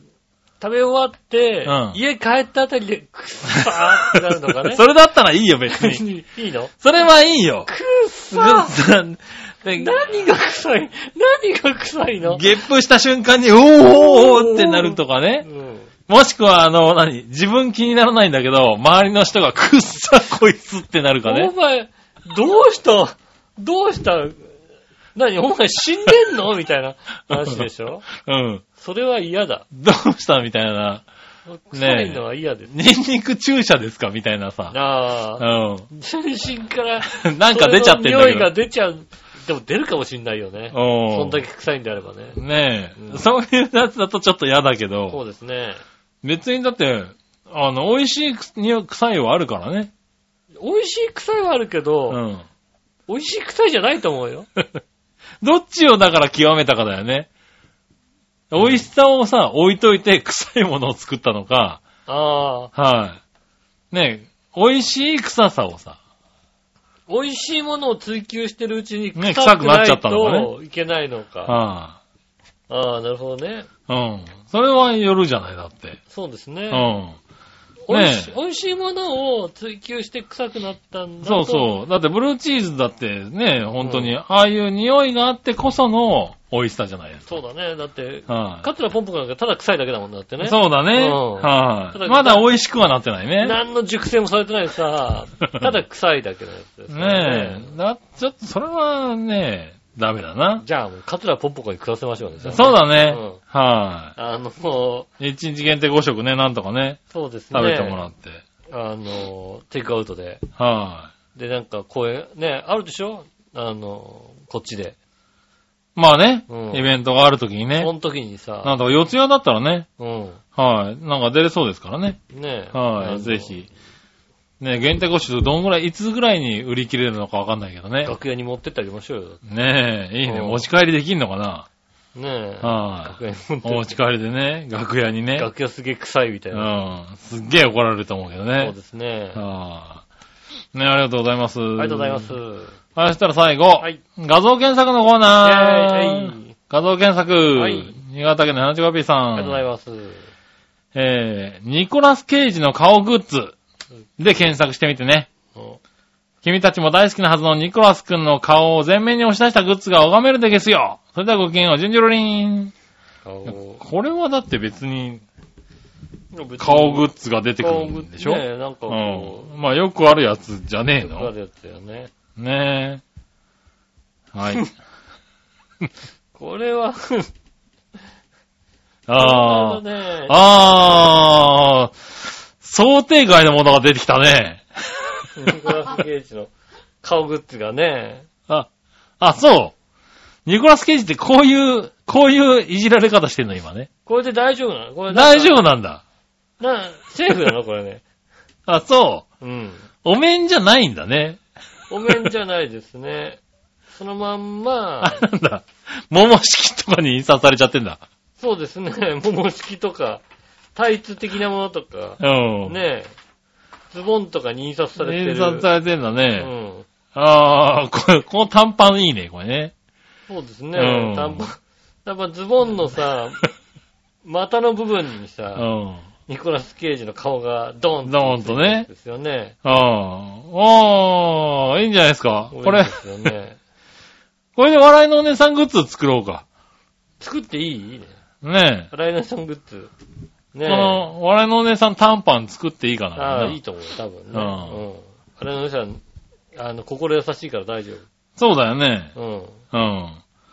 食べ終わって、
うん
家帰ったあたりで、 くっさーってなるのかね。
それだったらいいよ別 に。
いいの
それはいいよ。
くっさー
で
何が臭い何が臭いの
ゲップした瞬間に、おーおーってなるとか
う
ね。
ん。
もしくは、あの、何自分気にならないんだけど、周りの人がくっさ、こいつってなるか
お
ね。
前、どうしたどうした何お前死んでんのみたいな話でし ょ
うん。
それは嫌だ。
どうしたみたいな。
臭いのは嫌です。
ニンニク注射ですかみたいなさ。う
ああ。
ん。
全身から、
なんか出ちゃってんだ
そ
け
の匂いが
ど。
出ちゃう。でも出るかもしんないよね。そん
お
だけ臭いんであればね。
ん。ねえ、
うん
そういうやつだとちょっと嫌だけ
そう
ど、
ですね。
別にだって、あの、美味しいく匂い臭いはあるからね。
美味しい臭いはあるけど、
うん。
美味しい臭いじゃないと思うよ。
どっちをだから極めたかだよね。美味しさをさ、置いといて臭いものを作ったのか、
ああ。
はい。ねえ、美味しい臭さをさ、
美味しいものを追求してるうちに臭
ね
くな
臭くなっ
い
ちゃったのかね
といけないのか。
は
ああ、なるほどね。
い。うん。それはよるじゃない、だって。
そうです
う
ね。
ん。
美味し
ね
美味しいものを追求して臭くなったんだ
そう
う。
そう。だってブルーチーズだってね、本当に、ああいう匂いがあってこその美味しさじゃないですか。
そうだね。だって、
はい、
カツラポンポコなんかただ臭いだけだもんだってね。
そうだね。
うん
はい、
ただ
まだ美味しくはなってないね。
何の熟成もされてない さ、ただ臭いだけのやつですよ
ねえ。だ、ちょっと、それはね、ダメだな。
じゃあもう、カツラポンポコに食わせましょうね。
そ
そう
だね。
うん
は
あの、も
い。一日限定5食ね、なんとかね、
う、そうですね。
食べてもらって。
あの、テイクアウトで。
は
で、なんか声、ね、あるでしょあの、こっちで。
い。まあね
うん、
イベントがあるときにね
そ、の時に
な
さ、
んとか四谷だったらね、
うん。
はい。なんか出れそうですからね。
ねあ
は
の
い。ぜひ。ね、限定5食どんぐらい、いつぐらいに売り切れるのかわかんないけどね。
楽屋に持ってってあげましょうよ。
ねえ、いいね。
うん
持ち帰りできんのかな
ねえ。
は
楽屋に持っ
い。お持
て
ち帰りでね、楽屋にね。
楽屋すげえ臭いみたいうな。
ん。すっげえ怒られると思うけど
そうで
ね。
すね。あ
はい。ね、ありがとうございます。あり
りがとうございます。。
そしたら最後。
はい
画像検索のコーナ
イェ
ー。
ーイ
画像検索。
はい
新潟県の 75P さん。
ありがとうございます。
えー、ニコラス・ケイジの顔グッズで検索してみてね。
うん
君たちも大好きなはずのニコラスくんの顔を前面に押し出したグッズが拝めるでげすよ。それではごきげんよう、ジュンジュロリン。
顔
これはだって別に顔グッズが出てくるんでしょ、
ねえ、なんかこ
うん。まあよくあるやつじゃ
う、
ねえ
よくあ
の
るやつだよね。
ねえ。はい。
これは、
あ
こ
ー。
れはね
あー。想定外のものが出てきたね。
ニコラス・ケイジの顔グッズがね、
あ、あ、そう。ニコラス・ケイジってこういう、こういういじられ方してんの、今ね。
これで大丈夫なのこれ
大丈
夫
夫なんだ。
な、セーフなのこれね。
あ、そ
うん。
う。お面じゃないんだね。
お面じゃないですね。そのまんま
あ、、なんだ。桃式とかに印刷されちゃってんだ。
そうですね、桃式とか、タイツ的なものとか、
うん。
ねえ、ズボンとかに印刷されてる。
印刷されてんだ
う
ね。
ん。
ああ、これ、この短パンいいね、これね。
そうですね
うん、
短パン、短パンズボンのさ、股の部分に
う
さ、
ん。
ニコラス・ケイジの顔がドーンって
ドーンとね
ですよね。
ああ、ああ、いいんじゃないですか。これ
で、すよね。
これで笑いのお姉さんグッズ作ろうか。
作っていいいいね。
ね
ライナさんグッズ。
え。
ね
この、笑いのお姉さん短パン作っていいかな。
ああ、
ない
いと思うよ、多分ね。
う
うんん。あれのさん、あの、心優しいから大丈
そうだよね。
夫。
うん。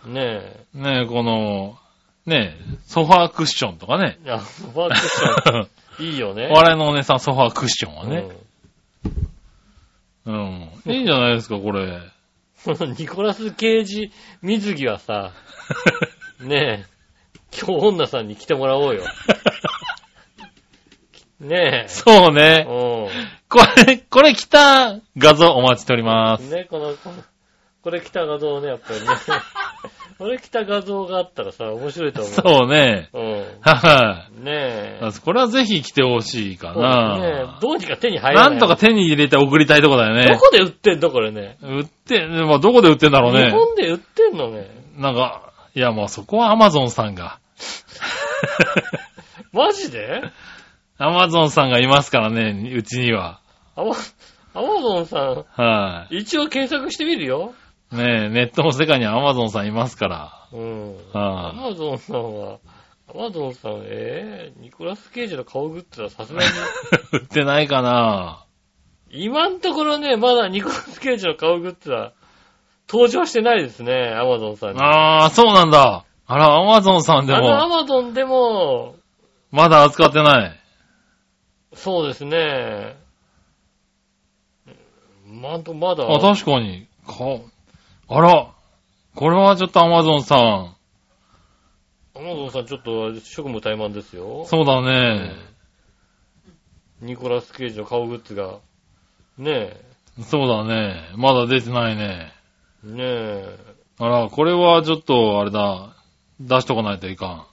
うん。ね
ねえ、この、ねえ、ソファークッションとかね。
え。あ、ソファークッショ ン、いいよね。
笑いのお姉さんソファークッションはね。
うん
うん。いいんじゃないですか、これ。
この ニコラス・ケイジ水着はさ、ねえ、今日女さんに来てもらおうよ。ね
そう
え。
ね。
う
これ、これ来た画像お待ちしております。
ん。ねこの、このこれ来た画像ね、やっぱ りね。これ来た画像があったらさ、面白いと思う。
そうね。
う
は
ん。ねえ
い。。これはぜひ来てほしいか
ね
な。
え、どうにか手に入ら
な
ない。
んとか手に入れて送りたいとこだよ
ど
ね。
こで売ってんのこれね。
売って、まあ、どこで売ってんだろう
日
ね。
本で売ってんのね。
なんか、いや、もうそこはアマゾンさんが。
マジで
アマゾンさんがいますからね、うちには。
アマ、アマゾンさ
は
ん、一応検索してみるよ。
い。ねえ、ネットの世界にはアマゾンさんいますから。
うん。ア
は
マゾンさんは、アマゾンさん、えー、ニコラス・ケイジの顔グッズはさす がに、
い。売ってないかな
今のところね、まだニコラス・ケイジの顔グッズは登場してないですね、アマゾンさんに。
ああ、そうなんだ。あら、アマゾンさんで
あのア
も、
マゾンでも、
まだ扱ってない。
そうですね。まんとまだ。
あ、確かに。か、あら、これはちょっとアマゾンさん。
アマゾンさんちょっと職務怠慢ですよ。
そうだね。
ニコラス・ケイジの顔グッズが。ね
そうだね。まだ出てないね。
え、ねえ。
あら、これはちょっと、あれだ。出しとかないといか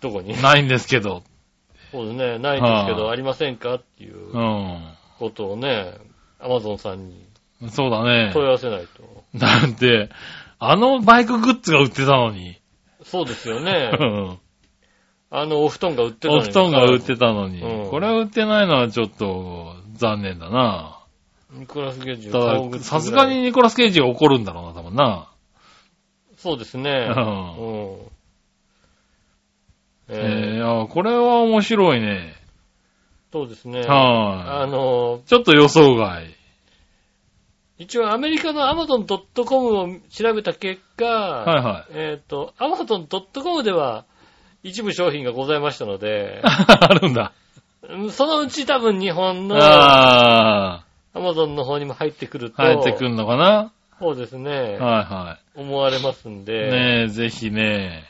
どこに
ん。ないんですけど。
そうですね。ないんですけ
は
ど、
あ
ありませんかっていう
うん。
ことをね、アマゾンさんに
そうだね。
問い合わせないと。
だって、あのバイクグッズが売ってたのに。
そうですよ
う
ね。
ん。
あの、お布団が売ってたの
お
に
布団が売ってたのに。
うん
これは売ってないのはちょっと残念だな。
ニコラス・ケイジの
た
顔グッ
だ、
ズ
さすがに。ニコラス・ケイジが怒るんだろうな、多分な。
そうです
う。
ね。うんん。
え
えー
ー、あこれは面白いね。
そうですね。あ
は
の、
い。ちょっと予想外。
一応アメリカの amazon.com を調べた結果、
はいはい。
えっ、と、amazon.com では一部商品がございましたの で、
あるんだ。
うんそのうち多分日本の
ああ。
amazon の方にも入ってくると、
入ってくるのかな
そうですね、
は
思われますん
い
で、
はい。ねえ、ぜひね、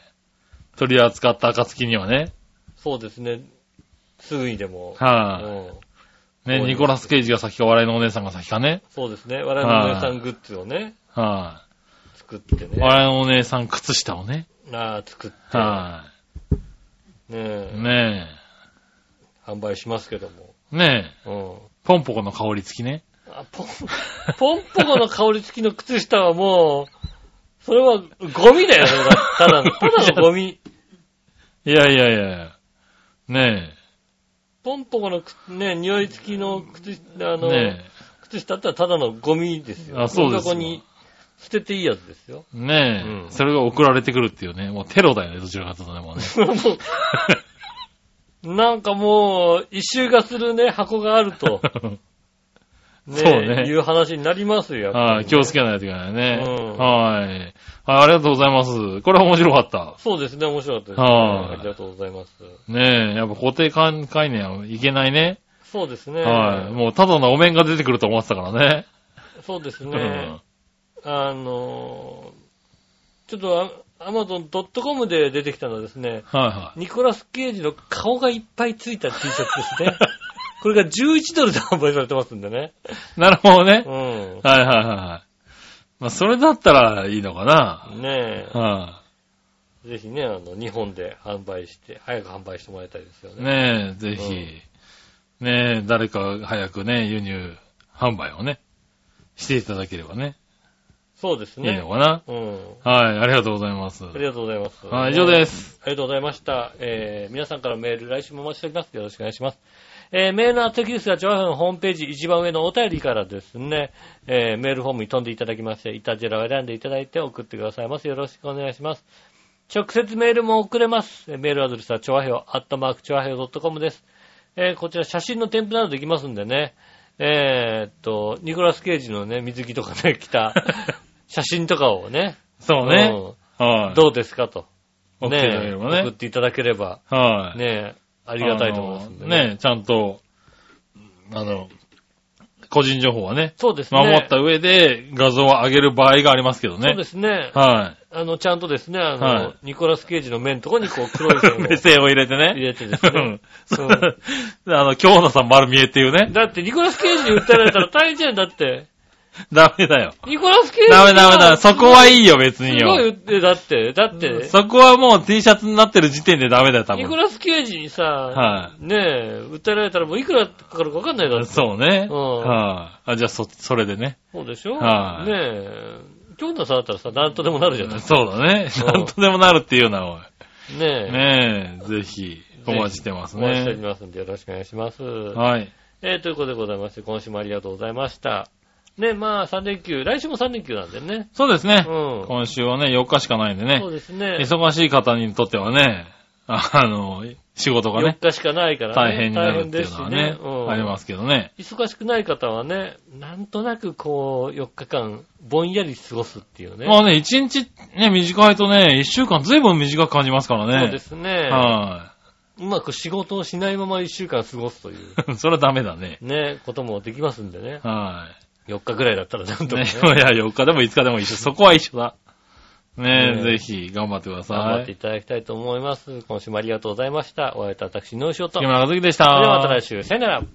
取り扱った暁にはね、
そうですね、すぐにでも、
は
うん
い。ね、
そうです
ニコラス・ケイジが先か、笑いのお姉さんが先かね。
そうですね、我々の皆さんグッズをね、
は
作って
い。
ね、
笑いのお姉さん靴下をね。
なあ作って、
は
ね
い。ね
販売しますけども。
え。ねえ。
うん
ポンポコの香り付きね。
あ ポン、ポンポコの香り付きの靴下はもう、それはゴミだよ、それはただの、ただのゴミ。
いやいやいやいやね
ポンポコの靴、ね、匂い付きの靴下、あ
え。
の、
ね
靴下だったらただのゴミですよ。
あそうです
ゴ
よ
ミ箱に捨てていいやつですよ。
え。ねえ、
うん
それが送られてくるっていうね。もうテロだよね、どちらかというと ね、もうね。
もうなんかもう、一周がするね、箱があると、 ね、
そうね
いう話になりますよ。やっぱりね
はい、気をつけないといけないね。
うん
はい。はい、ありがとうございます。これは面白かった。
そうですね、面白かったです、ね。
はい
ありがとうございます。
ねえ、やっぱ固定観概念はいけないね。
そうですね。
はい。もうただのお面が出てくると思ってたからね。
そうです
う
ね。
ん。
あのーちょっとアマゾン .com で出てきたのはですね、
は
ニコラス・ケイジの顔がいっぱいついた T シャツですね。 これが11ドルで販売されてますんでね。
いはい。なるほどね
う。ん。
はいはいはいはい。まあ、それだったらいいのかな。
ね
は
え、ぜひね、あの、日本で販売して、早く販売してもらいたいですよ
い。
ね。
ねえ、ぜひ。ねえ、誰か早くね、輸入販売をね、していただければね、
そうです
いい
ね
の。かな。
うん。
はい、ありがとうございます。
ありがとうございます。
はい、以上です。
ありがとうございました。えー、皆さんからメール、来週もお待ちしております。よろしくお願いします。えー、メールの宛先ですが、ジョアフのホームページ一番上のお便りからですね、えー、メールフォームに飛んでいただきまして、イタジェラを選んでいただいて送ってくださいます。よろしくお願いします。直接メールも送れます。えーメールアドレスは、チョアヘオ、アットマーク、チョアヘオ .com です。えー、こちら写真の添付などできますんでね、えー、っと、ニコラス・ケイジのね、水着とかね、着た写真とかをね、
そうね。
うん
はい。
どうですかと。
送っていただければ
送っ
ね。
ていただければ、
はい。
ねえ、あ
あ
りがたいと思いますんで
のね。ちゃんと、あの、個人情報はね、
そうですね。
守った上で画像を上げる場合がありますけど
そう
ね
で。すね。
は
あの、ちゃんとですね、あの、
はい
ニコラス・ケイジの目のとこにこう黒い 線を
い。目線を入れて
入
ね。
れてですね。
うんあの、京野さん丸見えっていうね。
だって、ニコラス・ケイジに訴えられたら大変じゃんだって。
ダメだよ。
ニコラス・ケイジ
ダメダメダメ。そこはい
い
いよ、別に
すごい
よ。
言って、だって、だって、
そこはもう T シャツになってる時点でダメだよ、多
ニ
分
コ。ラス・ケイジにさ、
は
ねえ、訴えられたらもういくらかかるかわかんないだろ。
そうね。
うん
はい。あ、じゃあ、そ、それでね。
そうでしょ
はい
ねえ、今日のさだったらさ、なんとでもなるじゃない
そうだね。
うん
なんとでもなるっていうな、おい。
ねえ。
ねえ、ぜひ、お待ちしてます
お待ちしており
ね。
ますんで、よろしくお願いします。
はい。
えー、ということでございまして、今週もありがとうございました。ね、まあ、3連休、来週も3連休なんでね。
そうですね
う。ん。
今週はね、4日しかないんで
そう
ね。
ですね。
忙しい方にとってはね、あの、仕事が
4
ね、
日しかないから
大
ね。
変になるっていうのはね
大変ですしうん、
ありますけどね。
忙しくない方はね、なんとなくこう、4日間、ぼんやり過ごすっていうね。
まあね、1日ね、短いとね、1週間ずいぶん短く感じますからね。
そうですね。
は
うまく仕事をしないまま1週間過ごすという、
い。 それはダメだね。
ね、こともできますんでね。
は
4日ぐらいだったらなん
い。
と
ね
か
い
ね。
や、4日でも5日でも一緒。そこは一緒だ。ねえ、
ね
ぜひ、頑張ってください。
頑張っていただきたいと思います。今週もありがとうございました。お会いいた私、ノーショット。
木村和樹でした。
それではまた来週。さよなら。